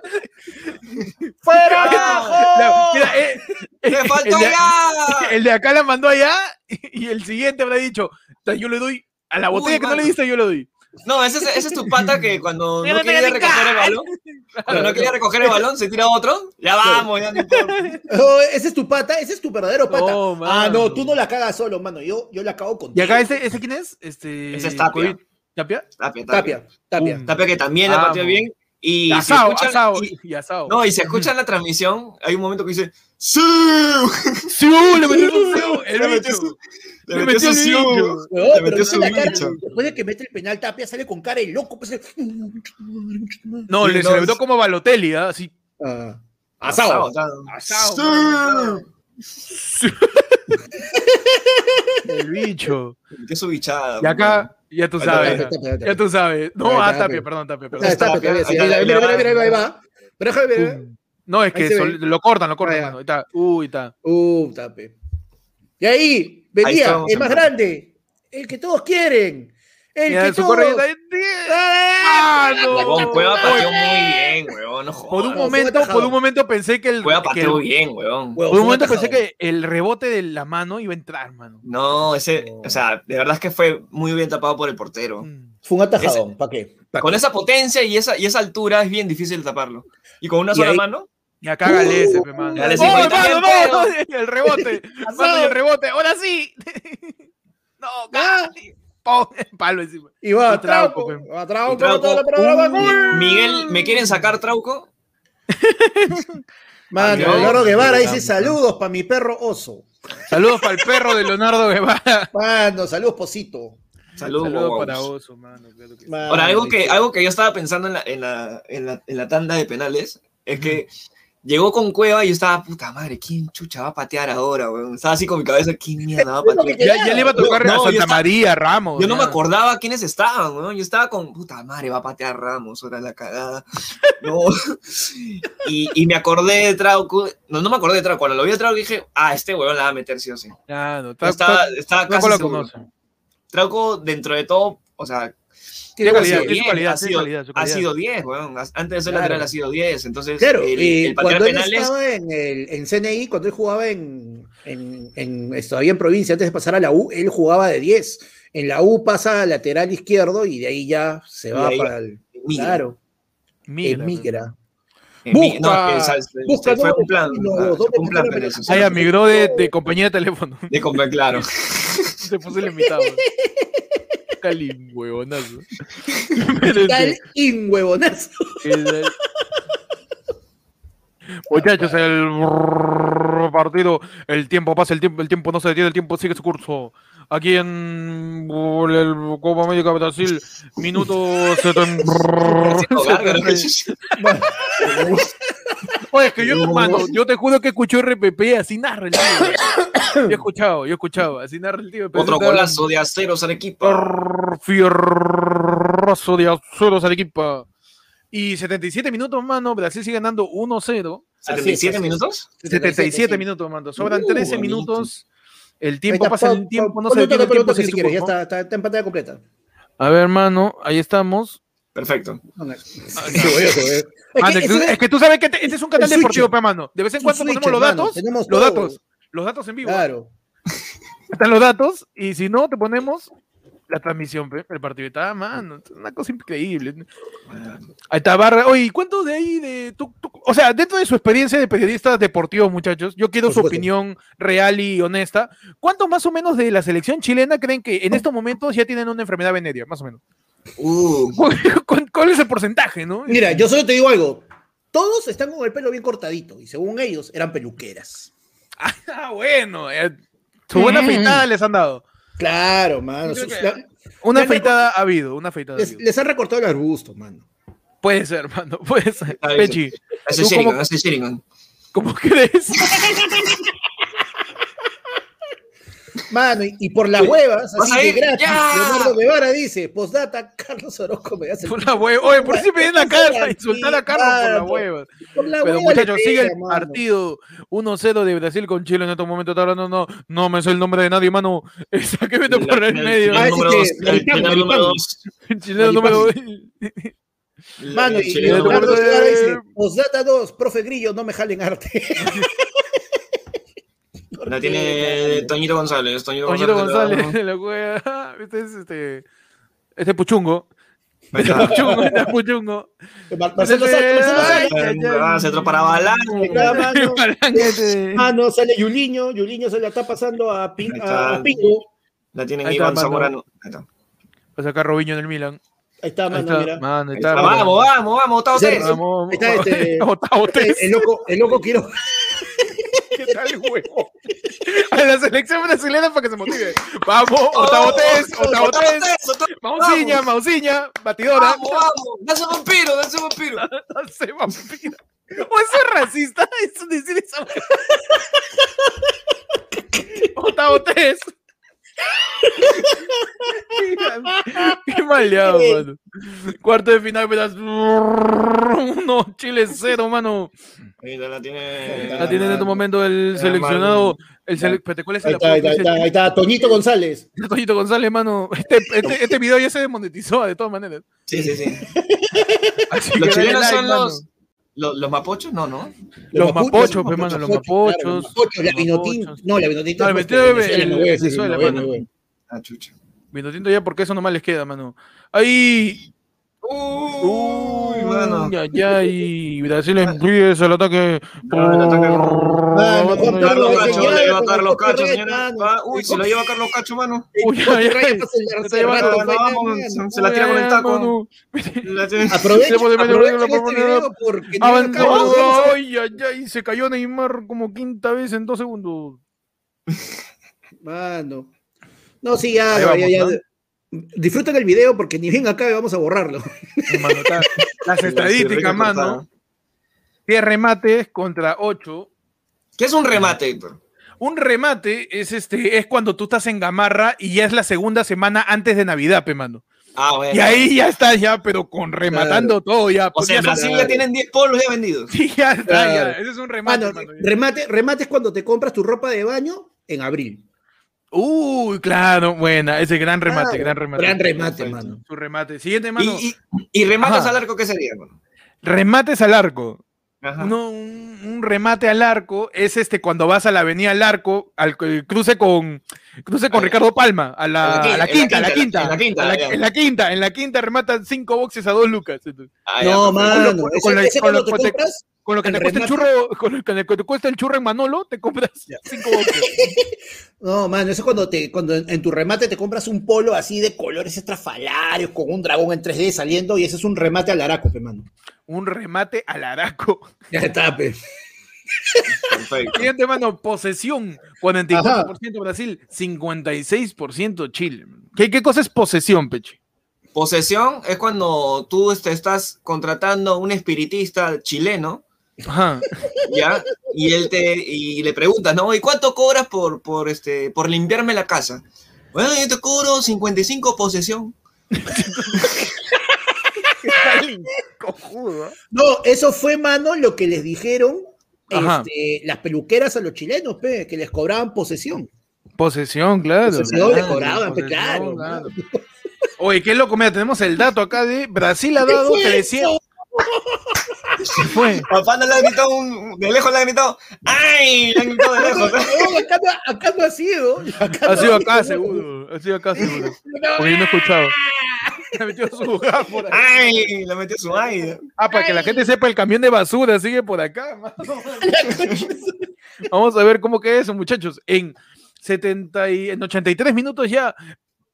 Speaker 1: La-
Speaker 2: ¡Fuera!
Speaker 1: mira, eh,
Speaker 2: ¡Me faltó
Speaker 1: el de-
Speaker 2: ya!
Speaker 1: El de acá la mandó allá y el siguiente habrá dicho, "Ta, yo le doy a la
Speaker 2: Uy,
Speaker 1: botella que no
Speaker 2: mano.
Speaker 1: le diste, yo le doy.
Speaker 2: No, ese es, ese es tu pata que cuando
Speaker 1: Mira,
Speaker 2: no
Speaker 1: mira,
Speaker 2: quería
Speaker 1: mira,
Speaker 2: recoger el
Speaker 1: cara.
Speaker 2: balón, cuando no quería recoger el balón, se tira otro. Ya vamos, ya no importa.
Speaker 3: Oh, ese es tu pata, ese es tu verdadero pata.
Speaker 1: No, mano.
Speaker 3: ah, no, tú no la cagas solo, mano. Yo, yo la cago con
Speaker 1: ¿Y acá ese, ese quién es? Este,
Speaker 2: Ese es Tapia.
Speaker 1: Covid- ¿Tapia?
Speaker 2: Tapia, tapia.
Speaker 3: Tapia, Tapia.
Speaker 1: Um,
Speaker 2: Tapia que también la
Speaker 1: Vamos.
Speaker 2: partió bien. Y
Speaker 1: Y
Speaker 2: si
Speaker 1: asado,
Speaker 2: escuchan-
Speaker 1: asado,
Speaker 2: y-
Speaker 1: y, asado.
Speaker 2: no, y se escucha en la transmisión, hay un momento que dice ¡Sí!
Speaker 1: Sí, uh, le metió su feo, el
Speaker 2: Le metió
Speaker 1: bicho.
Speaker 2: su-
Speaker 1: Le
Speaker 2: Le metió
Speaker 1: metió
Speaker 2: su
Speaker 1: el
Speaker 2: siu.
Speaker 1: bicho.
Speaker 3: No,
Speaker 2: Le
Speaker 3: pero
Speaker 2: metió
Speaker 3: mira
Speaker 2: su
Speaker 3: la cara,
Speaker 2: bicho.
Speaker 3: después de que mete el penal Tapia sale con cara de loco. Pues, no.
Speaker 1: No,
Speaker 2: Sí,
Speaker 1: le
Speaker 2: no,
Speaker 1: celebró
Speaker 2: es-
Speaker 1: como Balotelli, ¿ah? así.
Speaker 3: asado.
Speaker 2: asado.
Speaker 1: Asado.
Speaker 2: ¡Sí!
Speaker 1: mano, El bicho.
Speaker 2: Le metió su bichada.
Speaker 1: Y acá, ya tú
Speaker 2: Ahí está,
Speaker 1: sabes.
Speaker 2: ahí
Speaker 1: Ya tú sabes.
Speaker 3: Ahí
Speaker 1: No,
Speaker 3: está,
Speaker 1: ah, Tapia,
Speaker 3: Tapia.
Speaker 1: perdón, Tapia,
Speaker 3: Ah,
Speaker 1: perdón.
Speaker 3: está,
Speaker 2: Tapia,
Speaker 3: Tapia, sí,
Speaker 2: ahí
Speaker 3: ahí
Speaker 2: está,
Speaker 3: la- mira,
Speaker 2: ahí
Speaker 3: mira,
Speaker 2: va.
Speaker 3: mira, ahí va. Pero déjame ver.
Speaker 1: Pum. No, es
Speaker 3: Ahí
Speaker 1: que
Speaker 3: se
Speaker 1: sol-
Speaker 3: ve.
Speaker 1: lo cortan, lo cortan.
Speaker 3: Ah, ya.
Speaker 1: mano. Ahí está. Uy, está.
Speaker 3: Uh, tape. Y ahí venía
Speaker 2: estábamos
Speaker 3: el más
Speaker 2: en-
Speaker 3: grande, el que todos quieren, el
Speaker 1: Mira,
Speaker 3: que
Speaker 1: su
Speaker 3: todos...
Speaker 1: corredita ahí. ¡Eh! ¡Mano!
Speaker 2: Huevón, Cueva pateó muy bien, huevón. No
Speaker 1: Por un
Speaker 2: jodas.
Speaker 1: momento, por un momento pensé que el.
Speaker 2: Cueva
Speaker 1: que el-
Speaker 2: pateó bien, huevón.
Speaker 3: Huevón,
Speaker 1: por un
Speaker 3: fue
Speaker 1: momento
Speaker 3: atajado.
Speaker 1: pensé que el rebote de la mano iba a entrar, mano.
Speaker 2: No, ese, o sea, de verdad es que fue muy bien tapado por el portero.
Speaker 1: Mm.
Speaker 3: Fue un atajadón, ¿para qué?
Speaker 2: Con esa potencia y esa, y esa altura es bien difícil taparlo. Y con una
Speaker 3: Y
Speaker 2: sola
Speaker 3: ahí-
Speaker 2: mano,
Speaker 1: Y acá
Speaker 3: Uh.
Speaker 1: Galese, pe, mano.
Speaker 2: Galese,
Speaker 1: ¡Oh,
Speaker 2: güey,
Speaker 1: hermano,
Speaker 2: también,
Speaker 1: no! El rebote. Mano, y el rebote. Ahora sí. No, casi. Pon el Palo encima.
Speaker 3: Y va
Speaker 1: Y
Speaker 3: a Trauco,
Speaker 1: Trauco,
Speaker 3: va a Trauco,
Speaker 2: Trauco,
Speaker 3: todo el programa,
Speaker 1: un-
Speaker 3: gol.
Speaker 2: Mi- Miguel, ¿me quieren sacar Trauco?
Speaker 3: Mano,
Speaker 2: Miguel.
Speaker 3: Leonardo Guevara dice
Speaker 1: Miguel.
Speaker 3: saludos para mi perro oso.
Speaker 1: Saludos para el perro de Leonardo Guevara.
Speaker 3: Mano, saludos, Posito.
Speaker 2: Saludos,
Speaker 1: Saludos
Speaker 2: guaguas.
Speaker 1: para Oso, mano. claro que sí.
Speaker 3: Mano,
Speaker 2: Ahora, algo que,
Speaker 3: dice,
Speaker 2: algo que yo estaba pensando en la, en la- en la- en la tanda de penales es que llegó con Cueva y yo estaba, puta madre, ¿quién chucha va a patear ahora, weón? Estaba así con mi cabeza, ¿quién mierda va a patear?
Speaker 1: Ya, ya le iba a tocar
Speaker 2: No,
Speaker 1: a
Speaker 2: yo
Speaker 1: Santa
Speaker 2: estaba-
Speaker 1: María, Ramos.
Speaker 2: Yo no me
Speaker 1: ya.
Speaker 2: acordaba quiénes estaban, weón. Yo estaba con, puta madre, va a patear Ramos, ahora la cagada. No. Y, y me acordé de Trauco. No, no me acordé de Trauco. Cuando lo vi a Trauco dije, ah, este weón la va a meter sí o sí.
Speaker 1: Claro, está,
Speaker 2: Estaba,
Speaker 1: está-
Speaker 2: estaba
Speaker 1: Trauco
Speaker 2: casi
Speaker 1: la
Speaker 2: seguro.
Speaker 1: conoce.
Speaker 2: Trauco, dentro de todo, o sea,
Speaker 1: Tiene
Speaker 2: ha
Speaker 1: calidad,
Speaker 2: sido
Speaker 1: tiene su
Speaker 2: 10,
Speaker 1: calidad,
Speaker 2: ha
Speaker 1: tiene
Speaker 2: sido-
Speaker 1: calidad, su
Speaker 2: ha
Speaker 1: calidad.
Speaker 2: sido 10, weón. Antes de ser
Speaker 3: Claro.
Speaker 2: lateral ha sido 10. Entonces,
Speaker 3: Claro,
Speaker 2: Pues, el,
Speaker 3: y
Speaker 2: el patear
Speaker 3: cuando él
Speaker 2: penales.
Speaker 3: estaba en, el, en CNI, cuando él jugaba en, en, en- es- todavía en provincia, antes de pasar a la U, él jugaba de 10. En la U pasa a lateral izquierdo y de ahí ya se
Speaker 2: Y
Speaker 3: va
Speaker 2: ahí
Speaker 3: para el.
Speaker 2: migra.
Speaker 3: Claro,
Speaker 1: Migra,
Speaker 3: el
Speaker 1: pe.
Speaker 3: migra.
Speaker 2: en mi-
Speaker 3: busca-
Speaker 2: no, que sal- se-
Speaker 3: busca
Speaker 2: se fue
Speaker 3: dónde
Speaker 2: un plan.
Speaker 3: está, no,
Speaker 2: ah, se
Speaker 3: dónde
Speaker 2: fue un plan
Speaker 3: está la
Speaker 2: penales,
Speaker 3: pelota.
Speaker 2: o sea,
Speaker 1: Ah, ya, migró de, de compañía de teléfono.
Speaker 2: De comprar, claro.
Speaker 1: Se puso el invitado. Cali, huevonazo. Pero
Speaker 3: Tal
Speaker 1: este,
Speaker 3: inhuevonazo.
Speaker 1: que da- Muchachos, el partido, el tiempo pasa, el tiempo, el tiempo no se detiene, el tiempo sigue su curso. Aquí en el Copa América Brasil, minuto 70.
Speaker 2: Gárgara, que-
Speaker 1: Oye, es que yo, mano, yo te juro que escucho RPP, así narra el tío. Yo he escuchado, yo he escuchado, así narra el tío.
Speaker 2: Otro
Speaker 1: Presenta-
Speaker 2: golazo de aceros al equipo.
Speaker 1: Arr, Fierrazo de azuros al equipo. Y 77 minutos, mano. Brasil sigue ganando 1-0.
Speaker 2: ¿77
Speaker 3: así es.
Speaker 2: minutos?
Speaker 1: 77
Speaker 3: sí.
Speaker 1: minutos, mano. Sobran
Speaker 2: Uh,
Speaker 1: 13
Speaker 2: amiguito.
Speaker 1: minutos. El
Speaker 3: Ahí
Speaker 1: tiempo
Speaker 3: está,
Speaker 1: pasa,
Speaker 3: pon-
Speaker 1: el tiempo
Speaker 3: pon-
Speaker 1: no se
Speaker 3: ponle otra
Speaker 1: detiene. El tiempo
Speaker 3: pelota
Speaker 1: sigue
Speaker 3: si
Speaker 1: su
Speaker 3: quieres, ya
Speaker 1: curso.
Speaker 3: está, está- está en pantalla completa.
Speaker 1: A ver, mano, ahí estamos.
Speaker 2: Perfecto.
Speaker 3: No, no.
Speaker 1: Ah,
Speaker 3: Qué bueno, qué bueno. Es
Speaker 1: Ah,
Speaker 3: que
Speaker 1: de-
Speaker 3: eso es-
Speaker 1: es que tú sabes que este, este es un canal
Speaker 3: switch.
Speaker 1: deportivo, pe, mano. De vez en
Speaker 3: un
Speaker 1: cuando
Speaker 3: switch,
Speaker 1: ponemos los
Speaker 3: hermano,
Speaker 1: datos,
Speaker 3: tenemos
Speaker 1: los
Speaker 3: todo.
Speaker 1: datos, los datos en vivo.
Speaker 3: Claro.
Speaker 1: Están los datos y si no, te ponemos la transmisión, pe, el partido. Está, mano, es una cosa increíble. Ahí está Barra. Oye, ¿y ¿cuánto de ahí de tú, tú- O sea, dentro de su experiencia de periodistas deportivos, muchachos, yo quiero
Speaker 3: Por
Speaker 1: su
Speaker 3: supuesto.
Speaker 1: opinión real y honesta. ¿Cuánto más o menos de la selección chilena creen que en estos momentos ya tienen una enfermedad venérea, más o menos?
Speaker 2: Uh,
Speaker 1: ¿Cuál, cuál- cuál es el porcentaje, no?
Speaker 3: Mira, yo solo te digo algo. Todos están con el pelo bien cortadito y según ellos eran peluqueras.
Speaker 1: Ah, bueno. eh, su buena afeitada les han dado.
Speaker 3: Claro, mano.
Speaker 1: Yo creo
Speaker 3: Sus-
Speaker 1: que-
Speaker 3: la-
Speaker 1: Una
Speaker 3: Ya, ya,
Speaker 1: afeitada ha habido, una afeitada ha
Speaker 3: les,
Speaker 1: habido.
Speaker 3: les han recortado el arbusto, mano.
Speaker 1: Puede ser, mano, puede ser. Pechi.
Speaker 2: Hace
Speaker 1: ¿tú
Speaker 2: Sheringan,
Speaker 1: cómo-
Speaker 2: hace Sheringan.
Speaker 1: ¿Cómo crees?
Speaker 3: Mano, y, y por las huevas,
Speaker 1: Pues
Speaker 2: vas
Speaker 3: así
Speaker 2: a
Speaker 3: de
Speaker 2: ir,
Speaker 3: gratis,
Speaker 2: ya.
Speaker 3: Leonardo Guevara dice, postdata, Carlos Orozco me hace...
Speaker 1: Por la hueva. Oye, por si me vienen acá
Speaker 3: Mano,
Speaker 1: a insultar a Carlos por la
Speaker 3: mano.
Speaker 1: hueva.
Speaker 3: Por la
Speaker 1: Pero
Speaker 3: hueva le
Speaker 1: muchachos, sigue el
Speaker 3: pega, mano.
Speaker 1: partido 1-0 de Brasil con Chile en estos momentos. Está hablando, no, no me sé el nombre de nadie, mano. Sáqueme por el medio.
Speaker 3: Ah,
Speaker 2: Final número dos,
Speaker 3: ese que-
Speaker 2: el final
Speaker 3: Maripán,
Speaker 2: número dos.
Speaker 1: Chileno número
Speaker 3: Mano,
Speaker 2: El
Speaker 3: y
Speaker 2: chileno
Speaker 1: Leonardo
Speaker 3: Leonardo
Speaker 2: número dos.
Speaker 1: Guevara
Speaker 3: Guevara
Speaker 1: dice,
Speaker 3: dice, postdata 2, profe Grillo, no me jalen arte.
Speaker 2: La tiene Toñito González. Toñito
Speaker 1: Toñito
Speaker 2: González.
Speaker 1: González de la hueva. Este es este. Este puchungo.
Speaker 2: Ahí
Speaker 1: Este
Speaker 2: está.
Speaker 1: puchungo, este puchungo. Este
Speaker 3: Mar- Ah. Marcelo Sáenz, Marcelo
Speaker 1: Ay,
Speaker 3: Sáenz.
Speaker 1: ay, ay.
Speaker 2: Ah, se entró para Balán.
Speaker 3: Reclama, ¿no?
Speaker 1: Balán, este.
Speaker 3: Mano, Ah, sale Yuliño, Yuliño se la está pasando a, Pin-
Speaker 2: Ahí está.
Speaker 3: a, a Pingo.
Speaker 2: La tienen
Speaker 1: Ahí está,
Speaker 2: Iván
Speaker 1: mano.
Speaker 2: Zamorano. Ahí está.
Speaker 1: Va a sacar Robinho en el Milan.
Speaker 3: Ahí está,
Speaker 1: Ahí
Speaker 3: Ah, mano,
Speaker 1: está,
Speaker 3: mira.
Speaker 1: mano, ahí
Speaker 2: Ahí
Speaker 1: está,
Speaker 2: está.
Speaker 1: mano.
Speaker 2: Vamos, vamos, vamos. Octavo
Speaker 3: Sí,
Speaker 2: tres.
Speaker 3: vamos.
Speaker 1: Vamos,
Speaker 3: Ahí está, este-
Speaker 1: Otavo
Speaker 3: El,
Speaker 1: Tess.
Speaker 3: el loco, el loco quiero.
Speaker 1: ¿Qué tal, huevo? A la selección brasileña para que se motive. Vamos, Otavo Tess, Otavo
Speaker 2: Octavo
Speaker 1: Tess.
Speaker 2: tres, octavo-
Speaker 1: Mausiña, Mausiña, batidora.
Speaker 2: Vamos, vamos. Dance vampiro, dance vampiro.
Speaker 1: No sé, vampira. O eso es racista, eso decir eso. Otavo Tess. Qué maleado, mano. Cuarto de final, verás. No, Chile cero, mano.
Speaker 2: Ahí está, la tiene.
Speaker 1: La tiene en este momento el
Speaker 2: Ah,
Speaker 1: seleccionado.
Speaker 2: mano.
Speaker 1: El sele- Espérate, ¿cuál es
Speaker 3: Ahí
Speaker 1: el
Speaker 3: está, ahí está, ahí está, ahí está, Toñito González.
Speaker 1: Toñito González, mano. Este, este, este video ya se desmonetizó de todas maneras.
Speaker 2: Sí, sí, sí.
Speaker 1: Así
Speaker 2: Los
Speaker 1: que dale
Speaker 2: chilenos
Speaker 1: like,
Speaker 2: son
Speaker 1: mano.
Speaker 2: los. Los, los mapochos, no, no.
Speaker 1: Los mapochos,
Speaker 3: pe,
Speaker 1: pe, mano, los
Speaker 3: claro, los
Speaker 1: mapochos.
Speaker 3: mapochos, la
Speaker 1: Los
Speaker 3: vinotinta.
Speaker 1: mapochos.
Speaker 3: No, la vinotinta.
Speaker 1: No,
Speaker 3: es
Speaker 1: la
Speaker 3: nuestra,
Speaker 1: vinotinta es
Speaker 3: Venezuela, no voy a decir,
Speaker 1: Venezuela,
Speaker 3: no voy a-
Speaker 1: mano.
Speaker 3: no voy a-
Speaker 2: Ah, chucha.
Speaker 1: Vino tinto ya porque eso nomás les queda, mano. Ahí.
Speaker 2: Uy, mano.
Speaker 1: Ya, ya, y Brasil empieza el ataque.
Speaker 2: No, el ataque con-
Speaker 3: Mano, Juan
Speaker 1: Uy,
Speaker 2: Carlos
Speaker 3: Carlos Cacho,
Speaker 2: Cacho, le va a
Speaker 3: con
Speaker 2: Carlos
Speaker 3: el copyright,
Speaker 2: Cacho, señora.
Speaker 3: mano.
Speaker 2: Va, Uy, se lo lleva Carlos Cacho, mano.
Speaker 1: Uy, ya, ya.
Speaker 3: Copyright, pasa el-
Speaker 1: Se
Speaker 3: el
Speaker 1: lleva
Speaker 3: rato,
Speaker 1: todo,
Speaker 3: fue,
Speaker 2: vamos,
Speaker 3: mano.
Speaker 2: se- se la tira con el taco.
Speaker 1: Mano. Ah,
Speaker 2: La tiene-
Speaker 3: Aprovechen,
Speaker 1: Se pone medio
Speaker 3: aprovechen
Speaker 1: negro,
Speaker 3: este
Speaker 1: la
Speaker 3: video porque no acabamos de
Speaker 1: Avanzó.
Speaker 3: hacer-
Speaker 1: Ay, ay, ay. Se cayó Neymar como quinta vez en dos segundos.
Speaker 3: Mano. No, sí, ya,
Speaker 1: Ahí
Speaker 3: ya,
Speaker 1: vamos,
Speaker 3: ya.
Speaker 1: ¿no?
Speaker 3: Disfruten el video porque ni bien acabe vamos a borrarlo.
Speaker 1: Mano, está- Las
Speaker 2: rica
Speaker 1: estadísticas, mano.
Speaker 2: cortada.
Speaker 1: 10 remates contra 8.
Speaker 2: ¿Qué es un remate, Héctor?
Speaker 1: Un remate es este es cuando tú estás en Gamarra y ya es la segunda semana antes de Navidad, pe mano.
Speaker 2: Ah, bueno.
Speaker 1: Y ahí ya está ya, pero con rematando todo ya.
Speaker 2: O
Speaker 1: pues,
Speaker 2: sea, en
Speaker 1: ya son-
Speaker 2: Brasil ya
Speaker 3: claro.
Speaker 2: tienen 10 polos ya vendidos.
Speaker 1: Sí, ya está,
Speaker 3: Claro.
Speaker 1: ya. Ese es un remate,
Speaker 3: Mano,
Speaker 1: mano.
Speaker 3: remate, remate es cuando te compras tu ropa de baño en abril.
Speaker 1: Uy, claro, buena. Ese gran remate,
Speaker 3: Claro,
Speaker 1: gran remate.
Speaker 3: Gran remate,
Speaker 2: Perfecto.
Speaker 3: mano.
Speaker 1: Su remate. Siguiente, mano.
Speaker 2: Y, y, y rematas
Speaker 1: Ajá.
Speaker 2: al arco, ¿qué sería, mano?
Speaker 1: Remates al arco.
Speaker 2: Ajá.
Speaker 1: Uno- un, un remate al arco es este cuando vas a la avenida al arco, al eh, cruce con cruce con
Speaker 2: Ah,
Speaker 1: Ricardo Palma, a la,
Speaker 2: en
Speaker 1: a
Speaker 2: la
Speaker 1: la
Speaker 2: quinta,
Speaker 1: quinta, a la quinta,
Speaker 2: en la quinta,
Speaker 1: a la-
Speaker 2: ya.
Speaker 1: en la quinta, en la quinta rematan cinco boxes a dos lucas. entonces.
Speaker 2: Ah, ya,
Speaker 3: No,
Speaker 2: perfecto.
Speaker 3: mano.
Speaker 1: con lo-
Speaker 3: ese-
Speaker 1: con lo-
Speaker 3: ese
Speaker 1: con lo-
Speaker 3: cuando te
Speaker 1: con lo-
Speaker 3: compras-
Speaker 1: Con lo que
Speaker 3: El
Speaker 1: te cuesta el
Speaker 3: remate.
Speaker 1: churro, con lo que te- que te cuesta el churro en Manolo, te compras cinco boxes.
Speaker 3: No, mano, eso es cuando, te, cuando en, en tu remate te compras un polo así de colores estrafalarios con un dragón en 3D saliendo y ese es un remate al araco, pe, mano.
Speaker 1: Un remate al araco.
Speaker 3: Ya está, pe.
Speaker 2: Perfecto.
Speaker 1: Siguiente mano, posesión. 44% Brasil, 56% Chile. ¿Qué, ¿Qué cosa es posesión, Peche?
Speaker 2: Posesión es cuando tú este, estás contratando a un espiritista chileno,
Speaker 1: Ajá.
Speaker 2: ¿ya? Y él te y le preguntas, ¿no? ¿Y cuánto cobras por, por, este, por limpiarme la casa? Bueno, yo te cobro 55 posesión.
Speaker 1: Cojudo. ¿eh?
Speaker 3: No, eso fue, mano, lo que les dijeron
Speaker 1: Ajá.
Speaker 3: este, las peluqueras a los chilenos, pe, que les cobraban posesión.
Speaker 1: Posesión, claro.
Speaker 3: Posesión le
Speaker 2: claro,
Speaker 3: cobraban, pe,
Speaker 1: posesión,
Speaker 3: claro.
Speaker 1: claro. Oye, qué loco, mira, tenemos el dato acá de Brasil ha dado
Speaker 3: ¿Qué fue
Speaker 1: 300. Se fue.
Speaker 2: Papá no le ha gritado, un- de lejos le ha gritado, ¡ay! Le ha gritado de lejos.
Speaker 3: No, acá, no, acá no ha sido. Acá no
Speaker 1: Ha sido
Speaker 3: no,
Speaker 1: acá
Speaker 3: no.
Speaker 1: seguro, ha sido acá seguro. Porque yo no he escuchado. Ha metido su gato por ahí.
Speaker 2: ¡Ay! Le metió su aire.
Speaker 1: Ah, para que la gente sepa, el camión de basura sigue por acá. mano. Vamos a ver cómo queda eso, muchachos. En, 70 y, en 83 minutos ya,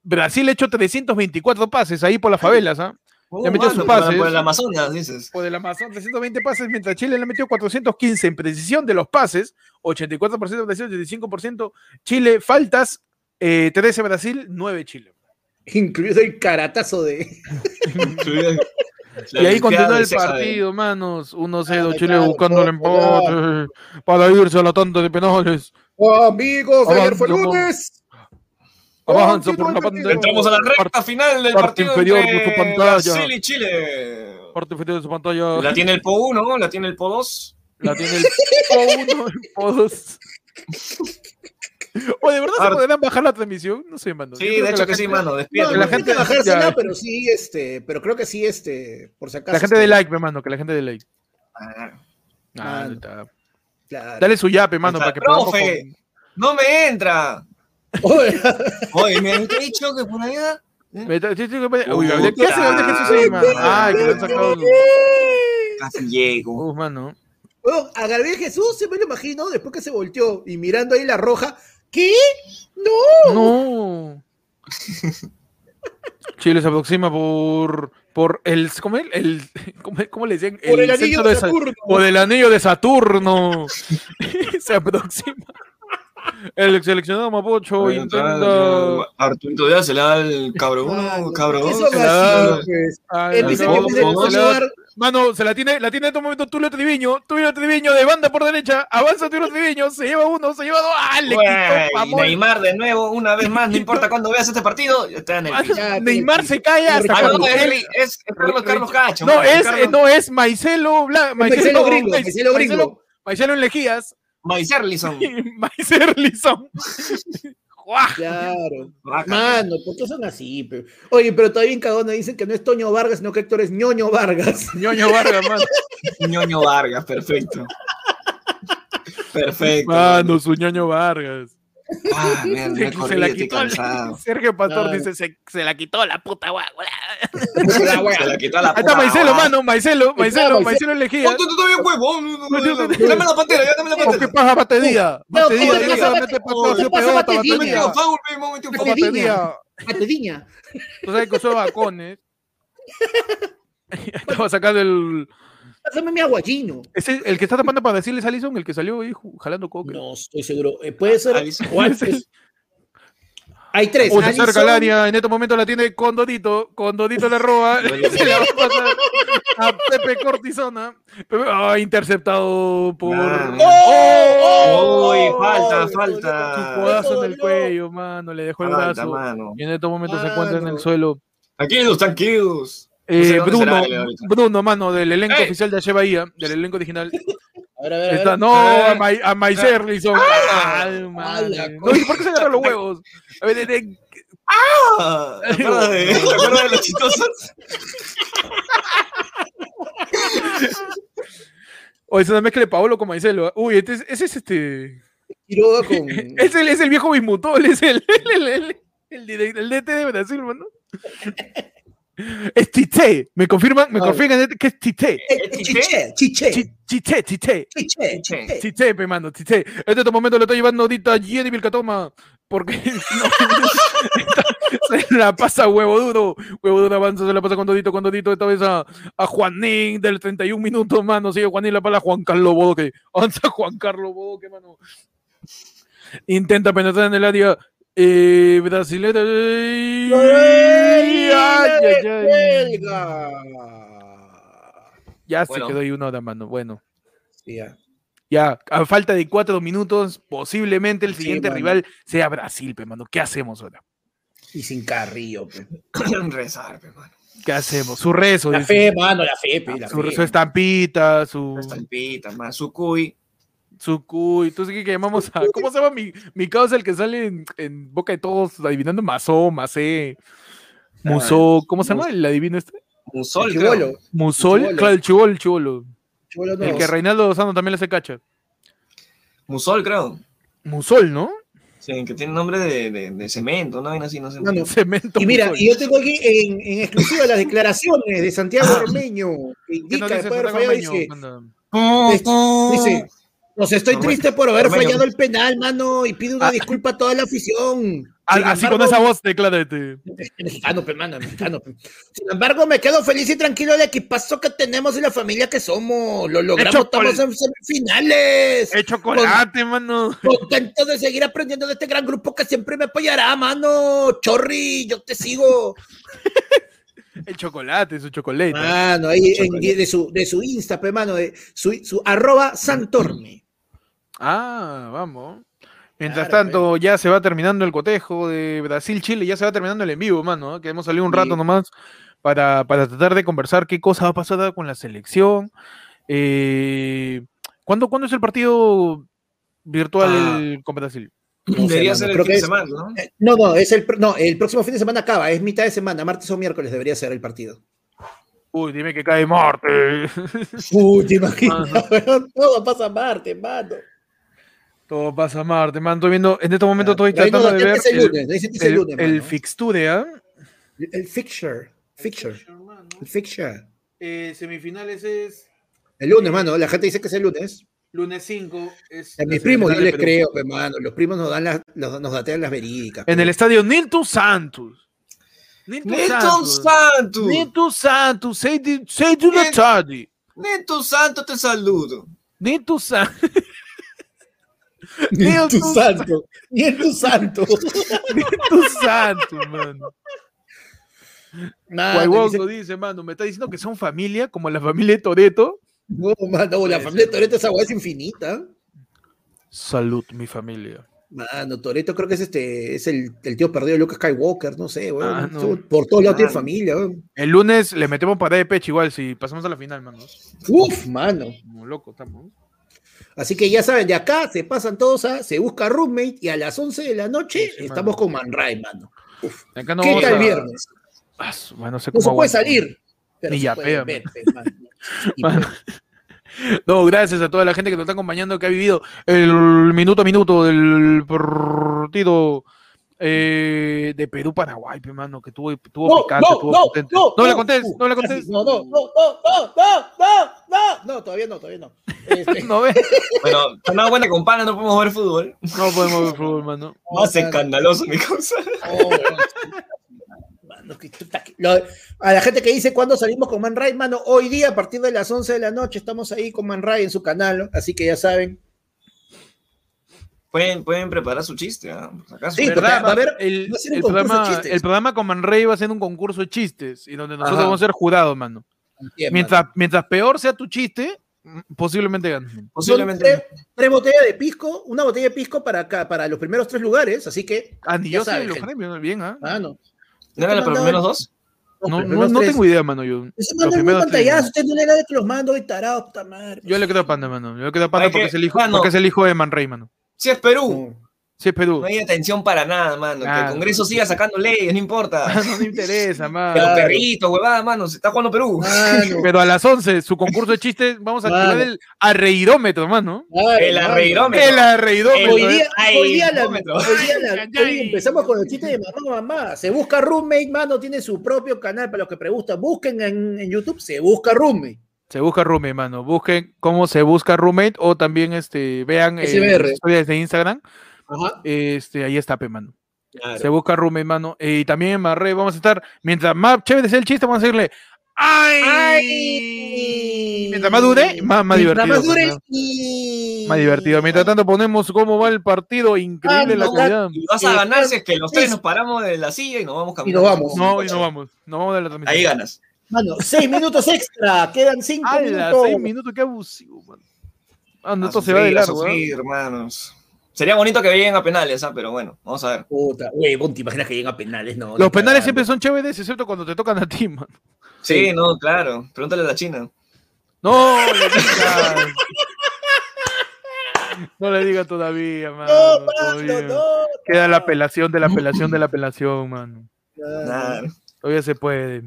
Speaker 1: Brasil ha hecho 324 pases ahí por las favelas, ¿ah?
Speaker 2: Uh,
Speaker 1: Le metió
Speaker 2: mano,
Speaker 1: sus pases.
Speaker 2: Por, por el Amazonas, dices.
Speaker 1: Por el Amazon, 320 pases, mientras Chile le ha metido 415 en precisión de los pases, 84% Brasil, 85% Chile, faltas, eh, 13 Brasil, 9 Chile.
Speaker 3: Incluido el caratazo de.
Speaker 1: La y ahí continúa el partido, manos. 1-0 Chile claro, buscando el empate para irse a la tanda de penales.
Speaker 3: Oh, amigos, ayer fue lunes.
Speaker 1: Avanza por la pantalla.
Speaker 2: Entramos a la recta final del
Speaker 1: Parte
Speaker 2: partido
Speaker 1: inferior de
Speaker 2: entre
Speaker 1: su pantalla.
Speaker 2: Brasil y Chile.
Speaker 1: Parte inferior de su pantalla.
Speaker 2: La tiene el PO 1, la tiene el PO 2.
Speaker 1: La tiene el PO1, el PO2. O de verdad se
Speaker 2: Ahora-
Speaker 1: podrían bajar la transmisión. No sé, mano. Yo
Speaker 2: Sí,
Speaker 1: creo
Speaker 2: de
Speaker 1: la
Speaker 2: hecho que sí,
Speaker 1: gente-
Speaker 2: mano.
Speaker 3: No, eh.
Speaker 2: Despídate.
Speaker 1: la
Speaker 3: la
Speaker 1: gente-
Speaker 3: gente
Speaker 1: ya.
Speaker 3: bajársela, pero sí, este, pero creo que sí, este, por si acaso.
Speaker 1: La gente
Speaker 3: este,
Speaker 1: de like, pe, mano, que la gente de like.
Speaker 2: Ah,
Speaker 1: Ah,
Speaker 3: Mano.
Speaker 1: está.
Speaker 3: claro.
Speaker 1: Dale su yape, mano, para
Speaker 2: Está,
Speaker 1: que podamos.
Speaker 2: profe.
Speaker 1: con-
Speaker 2: No me entra.
Speaker 3: Oye,
Speaker 2: Oye, me habéis dicho que por allá.
Speaker 1: Me está- sí, sí, me- Uy, Gabriel, ¿qué
Speaker 2: Puta.
Speaker 1: hace Gabriel Jesús ahí, mano? Ay, que le han sacado.
Speaker 2: Casi llego.
Speaker 1: Uf, mano.
Speaker 3: Bueno, a Gabriel Jesús se me lo imagino después que se volteó y mirando ahí la roja. ¿Qué? No.
Speaker 1: No. Chile se aproxima por por el ¿cómo, es? el, ¿cómo, es? ¿Cómo le decían?
Speaker 3: Por el anillo
Speaker 1: centro
Speaker 3: de
Speaker 1: Sa-
Speaker 3: Saturno.
Speaker 1: Por el anillo de Saturno. se aproxima. El seleccionado Mapocho intenta
Speaker 2: Arturito ya se le da el cabrón. Uh, Cabrón.
Speaker 3: Ah, Eso
Speaker 1: se la da.
Speaker 3: vacío, pues.
Speaker 1: al-
Speaker 3: Él dice
Speaker 1: no,
Speaker 3: que
Speaker 1: no,
Speaker 3: desde el
Speaker 1: no,
Speaker 3: primer
Speaker 1: se la-
Speaker 3: lugar-
Speaker 1: Mano, se la tiene, la tiene en este momento Tulio Triviño, Tulio Triviño de banda por derecha, avanza Tulio Triviño, se lleva uno, se lleva dos, ¡ah! Le
Speaker 2: Güey,
Speaker 1: quitó, mamón!
Speaker 2: Neymar de nuevo, una vez más, no importa cuándo veas este partido, está en el.
Speaker 1: Mano,
Speaker 3: Ya,
Speaker 1: Ah, Neymar
Speaker 3: Tulio
Speaker 1: se cae hasta
Speaker 2: Ah,
Speaker 1: cuando
Speaker 2: no,
Speaker 1: él-
Speaker 2: es, es Carlos, Carlos Cacho.
Speaker 1: No,
Speaker 2: mano,
Speaker 1: es,
Speaker 2: Carlos-
Speaker 1: eh, no es Maicelo Blanco.
Speaker 3: Maicelo gringo, Maicelo gringo.
Speaker 1: Maicelo en Lejías.
Speaker 2: Maicerlison.
Speaker 1: Maicelo Lizón. ¡Guau!
Speaker 3: Claro.
Speaker 2: Vaca.
Speaker 3: Mano, ¿por qué son así? pe? Oye, pero todavía en cagona dicen que no es Toño Vargas, sino que Héctor es ñoño Vargas.
Speaker 1: Ñoño Vargas, mano.
Speaker 2: Ñoño Vargas, perfecto. Perfecto.
Speaker 1: Mano, su Ñoño Vargas.
Speaker 2: Ah, mierda, me
Speaker 1: Se,
Speaker 2: he
Speaker 1: se
Speaker 2: corrido,
Speaker 1: la
Speaker 2: estoy
Speaker 1: quitó.
Speaker 2: cansado.
Speaker 1: Sergio Pastor
Speaker 3: Claro.
Speaker 1: dice: se, se la quitó la puta guau. guau.
Speaker 2: La wea, la quitó a la
Speaker 1: Ahí está
Speaker 2: puta
Speaker 1: Maicelo,
Speaker 2: madre.
Speaker 1: mano. Maicelo, Maicelo,
Speaker 3: Maicelo.
Speaker 1: Maicelo en
Speaker 2: Oh,
Speaker 1: Lejías.
Speaker 2: tú, tú también, huevón.
Speaker 1: No, yo-
Speaker 2: Dame la pantera, ya dame la
Speaker 1: ¿O qué
Speaker 2: pantera.
Speaker 1: pasa, Batedía?
Speaker 3: No,
Speaker 1: Batedía,
Speaker 2: ¿cómo te
Speaker 1: ya
Speaker 2: pasa
Speaker 1: solamente
Speaker 3: Bate-
Speaker 1: pasó,
Speaker 3: ¿Qué
Speaker 1: se
Speaker 3: pasa,
Speaker 1: pegó,
Speaker 3: Batedía?
Speaker 2: Me
Speaker 1: Batedía.
Speaker 2: metió foul, me metió
Speaker 1: Oh,
Speaker 2: foul.
Speaker 3: Batedía.
Speaker 1: Batedía.
Speaker 3: Atediña.
Speaker 1: Tú sabes que usó vacones. Estaba sacando el.
Speaker 3: Pásame mi aguayino.
Speaker 1: Ese, el que está tapando para decirle es Alison, el que salió ahí ju- jalando coque.
Speaker 3: No estoy seguro. Eh, puede ser.
Speaker 2: Alisson.
Speaker 3: Juan, pues, hay tres.
Speaker 1: O se acerca
Speaker 3: Alisson,
Speaker 1: al área, en este momento la tiene Condodito, Condodito le roba, se la va a pasar a Pepe Cortisona, Pepe- ah, interceptado por...
Speaker 2: Nah.
Speaker 1: ¡Oh!
Speaker 2: Uy, falta,
Speaker 1: Su
Speaker 2: falta.
Speaker 1: codazo en el
Speaker 3: No.
Speaker 1: cuello, mano, le dejó el
Speaker 2: Falta,
Speaker 1: brazo,
Speaker 2: mano.
Speaker 1: y en este momento se encuentra en el
Speaker 3: Mano.
Speaker 1: suelo.
Speaker 2: Tranquilos, tranquilos.
Speaker 1: Eh,
Speaker 2: sé dónde
Speaker 1: Bruno,
Speaker 2: será él ahorita.
Speaker 1: Bruno, mano, del elenco
Speaker 2: ¡Ey!
Speaker 1: oficial de Ache Bahía, del elenco original,
Speaker 3: A ver, a ver, a ver.
Speaker 1: Está, no,
Speaker 2: Ah.
Speaker 1: a, Mai- a Maicerli son. Ay, madre.
Speaker 3: la
Speaker 1: No, ¿y por qué se agarran los huevos? A ver, de- de-
Speaker 2: Ah, ¿Te acuerdas de, te acuerdas de los chistosos?
Speaker 1: O es una mezcla de Paolo con Maicelo. ¿eh? Uy, este es- ese es este.
Speaker 3: Quiroga con. Eh,
Speaker 1: Es el, es el viejo Bismutol, es el, el, el, el, el direct- el DT de Brasil, mano. Es Tite. Me confirman, me
Speaker 3: Ay.
Speaker 1: confirman que es Tite.
Speaker 3: Eh, eh, Chiche, chiche,
Speaker 1: Chi- Tite, Tite.
Speaker 3: chiche, chiche.
Speaker 1: Tite, pe, mano, Tite. En este momento lo está llevando ahorita Jenny Vilcatoma. Porque no, está- se la pasa a huevo duro. Huevo duro avanza, se la pasa con Dodito, con Dodito. Esta vez a, a Juanín del 31 minutos, mano. Sigue Juanín la pala a Juan Carlos Bodoque. Avanza Juan Carlos Bodoque, mano. Intenta penetrar en el área. Eh, brasilera. Ay, ay, ay, ay.
Speaker 3: Huelga.
Speaker 1: Ya
Speaker 2: Bueno.
Speaker 1: se quedó ahí una hora, mano. Bueno.
Speaker 3: Sí, ya.
Speaker 1: Ya, a falta de cuatro minutos, posiblemente el
Speaker 3: Sí,
Speaker 1: siguiente
Speaker 3: mano.
Speaker 1: rival sea Brasil, pe, mano. ¿Qué hacemos ahora?
Speaker 3: Y sin carrillo. pues. pe.
Speaker 2: Rezar, pe, mano.
Speaker 1: ¿Qué hacemos? Su rezo,
Speaker 3: La
Speaker 1: dice.
Speaker 3: fe, mano, la fe, pe, la
Speaker 1: su,
Speaker 3: fe.
Speaker 1: su estampita, su,
Speaker 2: Estampita, man. Sucuy.
Speaker 1: su cuy. Tú sí que llamamos a. ¿Cómo se llama mi, mi causa el que sale en, en boca de todos adivinando Mazó, Macé,
Speaker 3: Ah,
Speaker 1: Musó? ¿Cómo se llama el adivino este?
Speaker 2: Musol,
Speaker 3: El chibolo,
Speaker 2: creo.
Speaker 1: Musol,
Speaker 3: Chibolo.
Speaker 1: claro, el chivol, el chivolo.
Speaker 3: chibolo no.
Speaker 1: El que Reinaldo Lozano también le hace cacha.
Speaker 2: Musol, creo.
Speaker 1: Musol, ¿no?
Speaker 2: Sí, que tiene nombre de, de, de cemento, una vaina así, no sé.
Speaker 3: Mano,
Speaker 1: Cemento.
Speaker 3: Y mira,
Speaker 1: Musol.
Speaker 3: y yo tengo aquí en, en exclusiva las declaraciones de Santiago Ormeño, que
Speaker 1: ¿Qué
Speaker 3: indica
Speaker 1: nos Ah. dice
Speaker 3: después de
Speaker 1: Santiago
Speaker 3: haber fallado,
Speaker 1: Ormeño,
Speaker 3: dice,
Speaker 1: mano? Este,
Speaker 3: dice, nos estoy
Speaker 2: Ormeño.
Speaker 3: triste por haber
Speaker 2: Ormeño.
Speaker 3: fallado el penal, mano, y pido una
Speaker 1: Ah.
Speaker 3: disculpa a toda la afición.
Speaker 1: A-
Speaker 3: Sin
Speaker 1: Así con
Speaker 3: embargo,
Speaker 1: esa voz, declárate.
Speaker 3: Mexicano, pe, mano, mexicano. pe. Sin embargo, me quedo feliz y tranquilo del equipazo que tenemos y la familia que somos. Lo logramos,
Speaker 1: Hecho por-
Speaker 3: estamos en semifinales.
Speaker 1: El chocolate, mano.
Speaker 3: Contento de seguir aprendiendo de este gran grupo que siempre me apoyará, mano. Chorri, yo te sigo.
Speaker 1: El chocolate, su chocolate.
Speaker 3: Mano, ahí en- de, su, de su Insta, pe, mano, de su, su arroba Santorme.
Speaker 1: Ah, vamos. Mientras
Speaker 3: Claro, eh.
Speaker 1: tanto, ya se va terminando el cotejo de Brasil-Chile, ya se va terminando el en vivo, mano. ¿eh? Que hemos salido un rato
Speaker 3: Sí.
Speaker 1: nomás para, para tratar de conversar qué cosa va a pasar con la selección. Eh, ¿cuándo, cuándo es el partido virtual
Speaker 2: Ah.
Speaker 1: el- con Brasil?
Speaker 3: No sé,
Speaker 2: Debería
Speaker 3: mano,
Speaker 2: ser el
Speaker 3: creo
Speaker 2: fin
Speaker 3: que
Speaker 2: de
Speaker 3: es-
Speaker 2: semana, ¿no?
Speaker 3: Eh, No, no, es el, pr- no, el próximo fin de semana acaba, es mitad de semana, martes o miércoles debería ser el partido.
Speaker 1: Uy, dime que cae Marte.
Speaker 3: Uy, te imaginas, weón, todo pasa martes, mano.
Speaker 1: Todo pasa Marte, man. Estoy viendo, en este momento
Speaker 3: Pero
Speaker 1: estoy
Speaker 3: ahí no,
Speaker 1: tratando de
Speaker 3: ya
Speaker 1: ver
Speaker 3: empieza el
Speaker 1: el,
Speaker 3: lunes, ahí se empieza el
Speaker 1: el,
Speaker 3: lunes,
Speaker 1: el
Speaker 3: mano.
Speaker 1: fixture, ¿ah?
Speaker 3: El fixture, fixture, el fixture.
Speaker 1: semifinales eh, es
Speaker 3: El lunes, mano, la gente dice que es el lunes.
Speaker 1: lunes 5.
Speaker 3: A mis primos yo les creo, pe, mano, los primos nos dan las, los- nos datean las verídicas.
Speaker 1: En
Speaker 3: pe.
Speaker 1: el estadio Nilton Santos. Nilton,
Speaker 2: Neto
Speaker 1: Santos.
Speaker 2: Santo.
Speaker 1: Nilton Santos, 6 de, seis de la
Speaker 2: Nilton-
Speaker 1: tarde.
Speaker 2: Neto Santo te saludo.
Speaker 1: Nilton Santos.
Speaker 3: Ni en tu
Speaker 1: Nilton
Speaker 3: santo, ni en tu santo.
Speaker 1: Nilton Santos, mano.
Speaker 3: Mano,
Speaker 1: Guaybongo
Speaker 3: dice-
Speaker 1: dice, mano, me está diciendo que son familia, como la familia de Toreto.
Speaker 3: No, mano, la
Speaker 1: Puede
Speaker 3: familia
Speaker 1: ser.
Speaker 3: de Toreto esa weá es infinita.
Speaker 1: Salud, mi familia.
Speaker 3: Mano, Toreto creo que es este, es el, el tío perdido de Lucas Skywalker, no sé, weón.
Speaker 1: Ah, no.
Speaker 3: Son- Por todos lados tiene
Speaker 2: Mano.
Speaker 3: familia, weón.
Speaker 1: El lunes le metemos para de pecho igual si pasamos a la final, mano.
Speaker 3: Uf, mano.
Speaker 1: Como loco estamos.
Speaker 3: Así que ya saben, de acá se pasan todos a, se busca roommate y a las 11 de la noche
Speaker 1: Sí, sí,
Speaker 3: estamos
Speaker 1: mano.
Speaker 3: con Manray, mano.
Speaker 1: Acá no
Speaker 3: ¿Qué
Speaker 1: vamos
Speaker 3: tal
Speaker 1: a-
Speaker 3: viernes?
Speaker 1: Ah, su- man, no sé
Speaker 3: No
Speaker 1: cómo
Speaker 3: se puede
Speaker 1: aguanto.
Speaker 3: salir. Pero
Speaker 1: Ni
Speaker 3: se
Speaker 1: ya,
Speaker 3: puede
Speaker 1: pega,
Speaker 3: ver, pe, mano. Y
Speaker 1: Mano.
Speaker 3: pues,
Speaker 1: No, gracias a toda la gente que nos está acompañando, que ha vivido el minuto a minuto del partido eh, de Perú-Paraguay, pe, mano, que tuvo, tuvo
Speaker 3: No,
Speaker 1: picante,
Speaker 3: no,
Speaker 1: tuvo
Speaker 3: no,
Speaker 1: potente.
Speaker 3: no,
Speaker 1: No la
Speaker 3: no,
Speaker 1: contés,
Speaker 3: uh,
Speaker 1: no la contés.
Speaker 3: casi. No, no, no, no, no, no, no, no, no, todavía no, todavía no. Este,
Speaker 1: No ve,
Speaker 2: Bueno, con una buena compana no podemos ver fútbol.
Speaker 1: no podemos ver fútbol, mano.
Speaker 2: Más
Speaker 3: mano.
Speaker 2: escandaloso, mi cosa.
Speaker 3: Oh, weón. Mano, que chuta, que- lo- a la gente que dice cuándo salimos con Man Ray, mano, hoy día a partir de las 11 de la noche estamos ahí con Man Ray en su canal, ¿no? así que ya saben.
Speaker 2: Pueden, pueden preparar su chiste, ¿ah? Por si acaso.
Speaker 3: Sí,
Speaker 1: ¿Verdad?
Speaker 3: va a haber-
Speaker 1: el,
Speaker 3: va a ser un
Speaker 1: el
Speaker 3: concurso de
Speaker 1: programa,
Speaker 3: chistes.
Speaker 1: el programa con Manrey va a ser un concurso de chistes y donde nosotros
Speaker 2: Ajá.
Speaker 1: vamos a ser jurados, mano.
Speaker 3: Bien,
Speaker 1: Mientras, mientras peor sea tu chiste, mm, posiblemente ganes. mano.
Speaker 3: Son
Speaker 2: Posiblemente.
Speaker 3: mano. tres botellas de pisco, una botella de pisco para acá, para los primeros tres lugares, así que,
Speaker 1: Ah, ni
Speaker 3: Ya
Speaker 1: yo sé
Speaker 3: saben,
Speaker 1: los
Speaker 3: gente.
Speaker 1: premios, bien, ¿ah?
Speaker 3: mano.
Speaker 2: ¿No eran los primeros dos?
Speaker 3: los
Speaker 1: No, no,
Speaker 3: primeros
Speaker 1: no
Speaker 3: tres.
Speaker 1: tengo idea, mano. Yo, Los
Speaker 3: Ese mando es muy
Speaker 1: primeros tres,
Speaker 3: pantallazo,
Speaker 1: ¿no?
Speaker 3: usted no le da de que los mando y tarado, puta madre.
Speaker 1: yo le creo a Panda, mano. Yo le creo a Panda
Speaker 2: Hay que-
Speaker 1: porque, es el hijo,
Speaker 2: mano.
Speaker 1: porque es el hijo de Manrey, mano.
Speaker 2: Si es Perú,
Speaker 3: No.
Speaker 1: Sí, es Perú.
Speaker 2: no hay atención para nada, mano. Que el
Speaker 1: Claro.
Speaker 2: Congreso siga sacando leyes, no importa.
Speaker 1: no me interesa,
Speaker 2: Que los
Speaker 1: mano.
Speaker 3: Claro.
Speaker 2: perritos, huevada, mano. Se está jugando Perú.
Speaker 3: Mano,
Speaker 1: Pero a las 11, su concurso de chistes, vamos a activar
Speaker 3: Mano.
Speaker 1: el arreidómetro, mano.
Speaker 3: claro,
Speaker 2: El
Speaker 3: mano.
Speaker 2: arreidómetro.
Speaker 1: El arreidómetro.
Speaker 3: Hoy
Speaker 2: El-
Speaker 1: eh.
Speaker 3: día,
Speaker 2: Ay,
Speaker 3: hoy día, la,
Speaker 2: momento.
Speaker 3: hoy día la-
Speaker 1: Ay, ay,
Speaker 3: hoy empezamos con el chiste de mamá, mamá. Se busca roommate, mano, tiene su propio canal para los que preguntan. Busquen en, en YouTube, se busca roommate.
Speaker 1: Se busca roommate, mano. Busquen cómo se busca roommate o también este, vean eh,
Speaker 3: SBR.
Speaker 1: las historias de Instagram.
Speaker 3: Ajá.
Speaker 1: Este, ahí está, pe, mano.
Speaker 2: Claro.
Speaker 1: Se busca roommate, mano. Eh, y también en Marre vamos a estar, mientras más chévere sea el chiste, vamos a decirle ¡Ay! Mientras más dure, más, más divertido.
Speaker 3: Mientras más dure,
Speaker 1: mano.
Speaker 3: y-
Speaker 1: Más divertido. Mientras tanto ponemos cómo va el partido. Increíble
Speaker 3: Ah,
Speaker 1: la
Speaker 2: no,
Speaker 1: calidad.
Speaker 2: Y vas a ganar si es que los tres
Speaker 3: Sí.
Speaker 2: nos paramos de la silla y nos vamos
Speaker 3: Y
Speaker 2: caminando.
Speaker 3: nos vamos.
Speaker 1: No, y no vamos. No vamos de la
Speaker 2: Ahí
Speaker 1: transmisión.
Speaker 2: ganas.
Speaker 3: Mano, seis minutos extra, quedan cinco
Speaker 1: ¡Hala!
Speaker 3: minutos.
Speaker 1: Seis minutos, qué abusivo, mano. Ah, no,
Speaker 2: A
Speaker 1: esto se va de
Speaker 2: sufrir, a
Speaker 1: largo, ¿eh?
Speaker 2: sufrir, hermanos. Sería bonito que lleguen a penales, ¿ah? pero bueno, vamos a ver.
Speaker 3: Puta, huevón, te imaginas que llega a penales, no.
Speaker 1: Los penales siempre son chéveres, excepto cuando te tocan a ti, mano.
Speaker 2: Sí,
Speaker 3: Sí.
Speaker 2: no, claro. Pregúntale a la China.
Speaker 1: No, le digas. No le digas todavía, mano.
Speaker 3: No, mano,
Speaker 1: todavía.
Speaker 3: no.
Speaker 1: Queda la apelación de la apelación de la apelación, mano.
Speaker 2: Nada.
Speaker 1: Todavía se puede.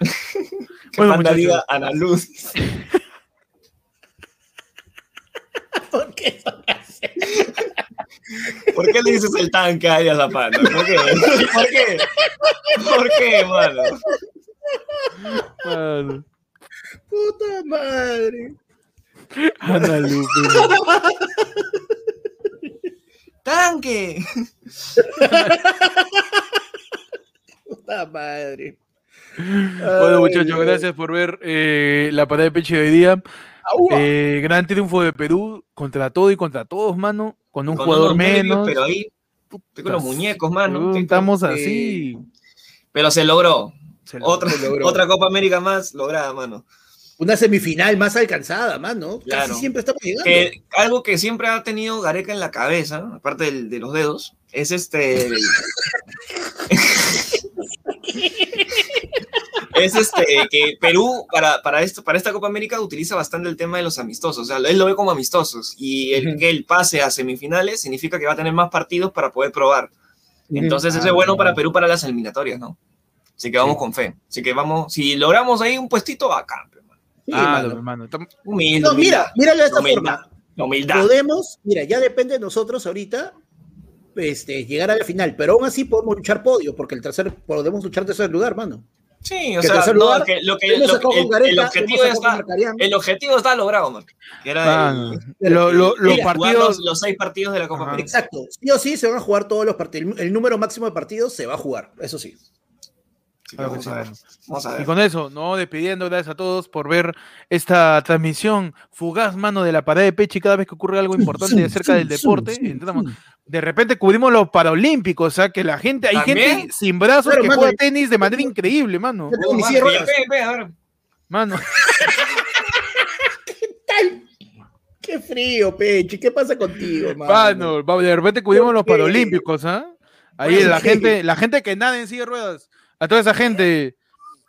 Speaker 2: Que
Speaker 1: Bueno,
Speaker 2: Panda
Speaker 1: muchachos.
Speaker 2: diga Ana Luz.
Speaker 3: ¿Por qué son así?
Speaker 2: ¿Por qué le dices el tanque ahí a la Panda? ¿Por qué? ¿Por qué? ¿Por qué, mano?
Speaker 1: Mano.
Speaker 3: Puta madre.
Speaker 1: Ana Lupe,
Speaker 2: ¡Tanque!
Speaker 3: Puta madre.
Speaker 1: Bueno,
Speaker 3: Ay,
Speaker 1: muchachos,
Speaker 3: Dios.
Speaker 1: gracias por ver eh, la parada de pecho de hoy día.
Speaker 3: Au, au.
Speaker 1: Eh, gran triunfo de Perú contra todo y contra todos, mano. Con un
Speaker 2: Con
Speaker 1: jugador
Speaker 2: unos nervios,
Speaker 1: menos.
Speaker 2: Pero ahí, estoy con
Speaker 1: Putas,
Speaker 2: los muñecos, mano.
Speaker 1: Estamos así.
Speaker 2: Pero se logró. Se otra, otra Copa América más lograda, mano.
Speaker 3: Una semifinal más alcanzada, mano.
Speaker 2: Claro. Eh,
Speaker 3: Casi siempre estamos llegando.
Speaker 2: Que algo que siempre ha tenido Gareca en la cabeza, aparte del- de los dedos, es este. es este que Perú para, para esto para esta Copa América utiliza bastante el tema de los amistosos, o sea, él lo ve como amistosos y el que él pase a semifinales significa que va a tener más partidos para poder probar. Entonces
Speaker 3: Ah,
Speaker 2: eso es bueno para Perú para las eliminatorias, ¿no? Así que vamos con fe. Así que vamos, si logramos ahí un puestito bacán, pe, mano.
Speaker 3: Sí,
Speaker 1: Ah,
Speaker 3: mano.
Speaker 1: hermano. Tam-
Speaker 2: Humilde,
Speaker 3: No,
Speaker 2: humildad.
Speaker 3: mira, míralo de esta
Speaker 2: Humildad.
Speaker 3: forma.
Speaker 2: La humildad.
Speaker 3: Podemos, mira, ya depende de nosotros ahorita este, llegar a la final, pero aún así podemos luchar podio, porque el tercer, podemos luchar tercer lugar, mano.
Speaker 2: Sí, o
Speaker 3: Que
Speaker 2: sea,
Speaker 3: tercer
Speaker 2: no,
Speaker 3: lugar,
Speaker 2: que lo que,
Speaker 3: Hemos
Speaker 2: lo
Speaker 3: sacado
Speaker 2: que- el,
Speaker 3: con Gareca,
Speaker 2: el
Speaker 3: hemos
Speaker 2: objetivo
Speaker 3: sacado con
Speaker 2: está,
Speaker 3: Marcarián.
Speaker 2: el objetivo está logrado, man. Que era el-
Speaker 1: Mano. Lo- lo- los
Speaker 3: Mira,
Speaker 2: jugar los,
Speaker 1: partidos.
Speaker 2: los seis partidos de la Copa
Speaker 1: Ajá.
Speaker 2: América.
Speaker 3: Exacto. Sí o sí se van a jugar todos los partidos. El número máximo de partidos se va a jugar, eso sí.
Speaker 2: Sí,
Speaker 1: Claro que
Speaker 2: vamos,
Speaker 1: sí,
Speaker 2: a ver,
Speaker 1: mano.
Speaker 2: vamos a
Speaker 1: Y
Speaker 2: ver.
Speaker 1: con eso, no despidiendo, gracias a todos por ver esta transmisión fugaz, mano, de la pared de Pechi cada vez que ocurre algo importante acerca del deporte. entramos. De repente cubrimos los Paralímpicos, o sea que la gente, hay
Speaker 2: También.
Speaker 1: gente sin brazos
Speaker 3: Claro,
Speaker 1: que
Speaker 3: mano,
Speaker 1: juega
Speaker 3: yo-
Speaker 1: tenis de manera increíble, mano.
Speaker 3: Yo tengo
Speaker 2: Oh,
Speaker 3: mis
Speaker 2: mano,
Speaker 3: sierras.
Speaker 2: ve, ve, ve, a ver.
Speaker 1: Mano,
Speaker 3: Qué frío, Pechi. ¿Qué pasa contigo, mano?
Speaker 1: mano, va- de repente cubrimos los
Speaker 3: ¿Por qué?
Speaker 1: Paralímpicos, ¿ah? Ahí
Speaker 3: ¿Por
Speaker 1: la
Speaker 3: qué?
Speaker 1: gente, la gente que nada en silla de ruedas, a toda esa gente,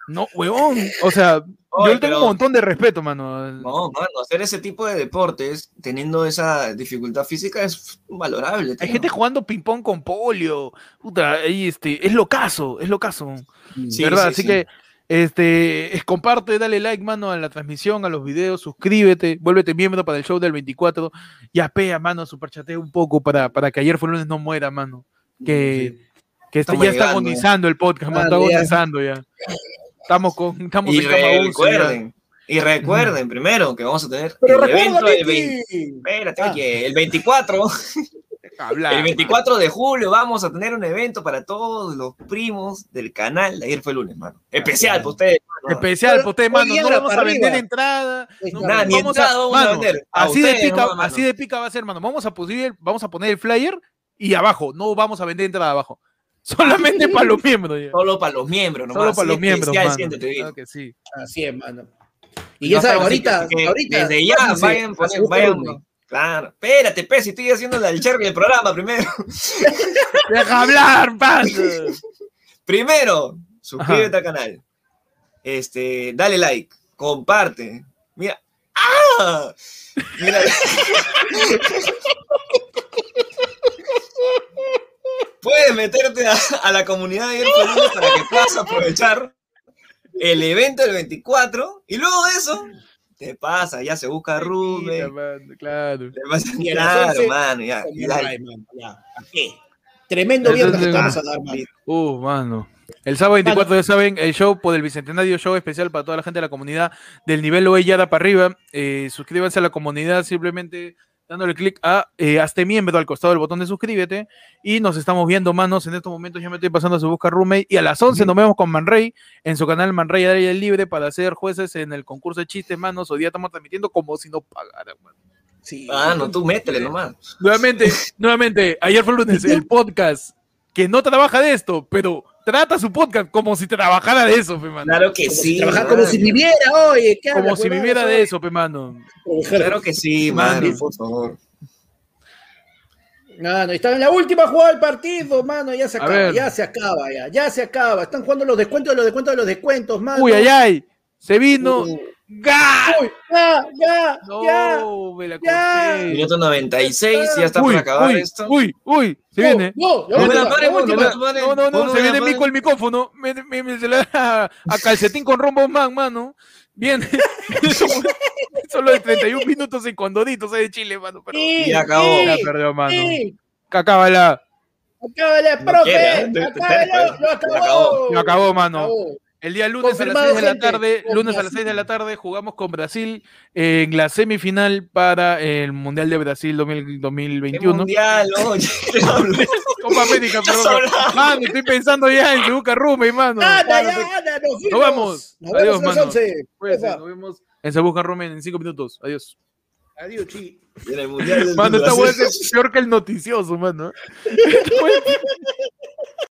Speaker 1: no, huevón, o sea, yo
Speaker 2: Oye,
Speaker 1: le tengo
Speaker 2: pero-
Speaker 1: un montón de respeto, mano.
Speaker 2: No, mano, hacer ese tipo de deportes teniendo esa dificultad física es valorable.
Speaker 1: Hay
Speaker 2: tío.
Speaker 1: gente jugando ping-pong con polio. Puta, ahí este, es lo caso, es lo caso.
Speaker 2: Sí,
Speaker 1: ¿verdad?
Speaker 2: sí,
Speaker 1: Así
Speaker 2: sí.
Speaker 1: que este, es- comparte, dale like, mano, a la transmisión, a los videos, suscríbete, vuélvete miembro para el show del 24 y apea, mano, superchatea un poco para, para que ayer fue lunes no muera, mano. Que, que este-
Speaker 2: Estamos
Speaker 1: ya está
Speaker 2: llegando.
Speaker 1: agonizando el podcast, mano,
Speaker 3: Ah,
Speaker 1: está
Speaker 3: ya.
Speaker 1: agonizando ya. Estamos con estamos
Speaker 2: Y
Speaker 1: en cama UCI, ya.
Speaker 2: recuerden, y recuerden primero que vamos a tener
Speaker 3: Pero
Speaker 2: el evento
Speaker 3: recuerda,
Speaker 2: del 20
Speaker 3: Pechi.
Speaker 2: Espérate,
Speaker 3: Ah.
Speaker 2: oye, el 24
Speaker 1: Hablar,
Speaker 2: El 24 de julio vamos a tener un evento para todos los primos del canal. Ayer fue el lunes, mano. Especial para ustedes.
Speaker 1: mano. Especial para ustedes, mano.
Speaker 3: Oye,
Speaker 1: No vamos
Speaker 3: para
Speaker 1: a vender
Speaker 3: arriba.
Speaker 1: entrada.
Speaker 3: Ahí
Speaker 1: Pues, no
Speaker 3: está.
Speaker 2: Nada, ni
Speaker 1: vamos a-
Speaker 2: entrada vamos a
Speaker 1: mano,
Speaker 2: vender. A
Speaker 1: Así de,
Speaker 2: ustedes
Speaker 1: pica,
Speaker 2: nomás, mano.
Speaker 1: así de pica va a ser, hermano. Vamos a, poner, vamos a poner el flyer y abajo. No vamos a vender entrada abajo. Solamente para los miembros. ya.
Speaker 2: Ah. Solo para los miembros,
Speaker 1: Solo
Speaker 2: nomás.
Speaker 1: para
Speaker 2: Así
Speaker 1: los
Speaker 2: es,
Speaker 1: miembros.
Speaker 2: especial,
Speaker 1: mano.
Speaker 2: siéntete bien.
Speaker 1: Claro que sí.
Speaker 3: Así es, mano. Y
Speaker 2: No
Speaker 3: ya saben,
Speaker 2: estamos
Speaker 3: ahorita,
Speaker 2: así que- que
Speaker 3: ahorita.
Speaker 2: Desde ya,
Speaker 3: pásense
Speaker 2: vayan,
Speaker 3: a
Speaker 2: ponen-
Speaker 3: segundo
Speaker 2: vayan.
Speaker 3: volumen.
Speaker 2: Claro. Espérate, pe, si estoy haciendo la del cherry del programa primero.
Speaker 1: Deja hablar, pan.
Speaker 2: Primero, suscríbete al canal. Este, dale like, comparte. Mira. ¡Ah! Mira. Puedes meterte a, a la comunidad de Ayer fue lunes para que puedas aprovechar el evento del 24 y luego de eso te pasa, ya se busca Rubén.
Speaker 1: Mano, Claro.
Speaker 2: te pasa-
Speaker 3: Y a las
Speaker 2: Claro,
Speaker 3: 11,
Speaker 2: mano, ya. y dale.
Speaker 3: Ay, mano, ya. ¿Qué? Tremendo viernes que te vamos a dar, mano.
Speaker 1: Uh, mano. El sábado 24, ya saben, el show por el Bicentenario, show especial para toda la gente de la comunidad del nivel OE Yara para arriba. Eh, suscríbanse a la comunidad simplemente dándole clic a eh, Hazte miembro al costado del botón de suscríbete. Y nos estamos viendo, manos. En estos momentos ya me estoy pasando a su busca roommate. Y a las 11 nos vemos con Manrey en su canal Manrey al aire libre para ser jueces en el concurso de chistes, manos. Hoy día estamos transmitiendo como si no pagaran, mano.
Speaker 3: Sí.
Speaker 2: Mano, Ah, tú métele nomás.
Speaker 1: Nuevamente, nuevamente, ayer fue lunes, el podcast que no trabaja de esto, pero trata su podcast como si trabajara de eso, pe mano.
Speaker 2: Claro que
Speaker 3: Como si
Speaker 2: sí.
Speaker 3: trabajar como si
Speaker 2: mano.
Speaker 3: viviera, oye. ¿qué
Speaker 1: como
Speaker 3: hablas,
Speaker 1: si
Speaker 3: huevada?
Speaker 1: viviera de eso, pe mano.
Speaker 2: Claro que sí,
Speaker 1: Mano.
Speaker 2: mano, por favor.
Speaker 3: No, no, están en la última jugada del partido, mano. Ya se
Speaker 1: A
Speaker 3: acaba,
Speaker 1: ver.
Speaker 3: ya se acaba, ya, ya se acaba. Están jugando los descuentos de los descuentos de los descuentos, mano.
Speaker 1: Uy, ay, ay, se vino.
Speaker 3: Ah, Uy,
Speaker 1: ¡Ga!
Speaker 3: ya, ya, ya.
Speaker 1: No, me la
Speaker 3: ya.
Speaker 1: corté.
Speaker 2: Minuto 96, ya está
Speaker 1: Uy,
Speaker 2: por acabar
Speaker 1: uy,
Speaker 2: esto.
Speaker 1: Uy, uy, se
Speaker 3: No,
Speaker 1: viene.
Speaker 3: No, la
Speaker 2: No,
Speaker 3: última,
Speaker 2: la madre,
Speaker 3: la última.
Speaker 2: no, la- madre.
Speaker 1: No, no, no,
Speaker 2: Ponlo
Speaker 1: se
Speaker 2: de
Speaker 1: viene
Speaker 2: la madre.
Speaker 1: Mico el micófono. Me, me- me- se la da a calcetín con rombo man, mano. Viene. Solo de 31 minutos en Condorito, soy de Chile, mano. Pero
Speaker 3: Sí,
Speaker 2: Ya acabó.
Speaker 3: sí,
Speaker 1: la perdió, mano.
Speaker 3: sí.
Speaker 1: Acábala.
Speaker 3: Acábala,
Speaker 2: No
Speaker 3: profe.
Speaker 2: quiere, ¿eh? Te- te- te-
Speaker 3: acábalo, lo
Speaker 2: acabó.
Speaker 3: acabó.
Speaker 1: Lo acabó, mano.
Speaker 3: Acabó.
Speaker 1: El día lunes a
Speaker 3: Confirmado,
Speaker 1: las 6 de la
Speaker 3: gente,
Speaker 1: tarde,
Speaker 3: con
Speaker 1: lunes a las
Speaker 3: Brasil.
Speaker 1: 6 de la tarde jugamos con Brasil en la semifinal para el Mundial de Brasil 2000
Speaker 2: ¿Qué
Speaker 1: 2021.
Speaker 2: mundial, oye? ¿Qué hablas?
Speaker 1: Copa América,
Speaker 2: Estás
Speaker 1: perdón.
Speaker 2: hablando.
Speaker 1: Mano, estoy pensando ya en Sebuca Rume, mano.
Speaker 3: Anda,
Speaker 1: Mano,
Speaker 3: ya,
Speaker 1: estoy-
Speaker 3: anda, nos
Speaker 1: Nos vamos.
Speaker 3: Nos
Speaker 1: Adiós,
Speaker 3: vemos a las
Speaker 1: mano.
Speaker 3: 11.
Speaker 1: Cuídense,
Speaker 3: Porfa.
Speaker 1: nos vemos en Sebuca Rume en 5 minutos. Adiós.
Speaker 3: Adiós, chi.
Speaker 2: Era el mundial del
Speaker 1: Mano, esta
Speaker 2: Brasil.
Speaker 1: hueá es peor que el noticioso, mano.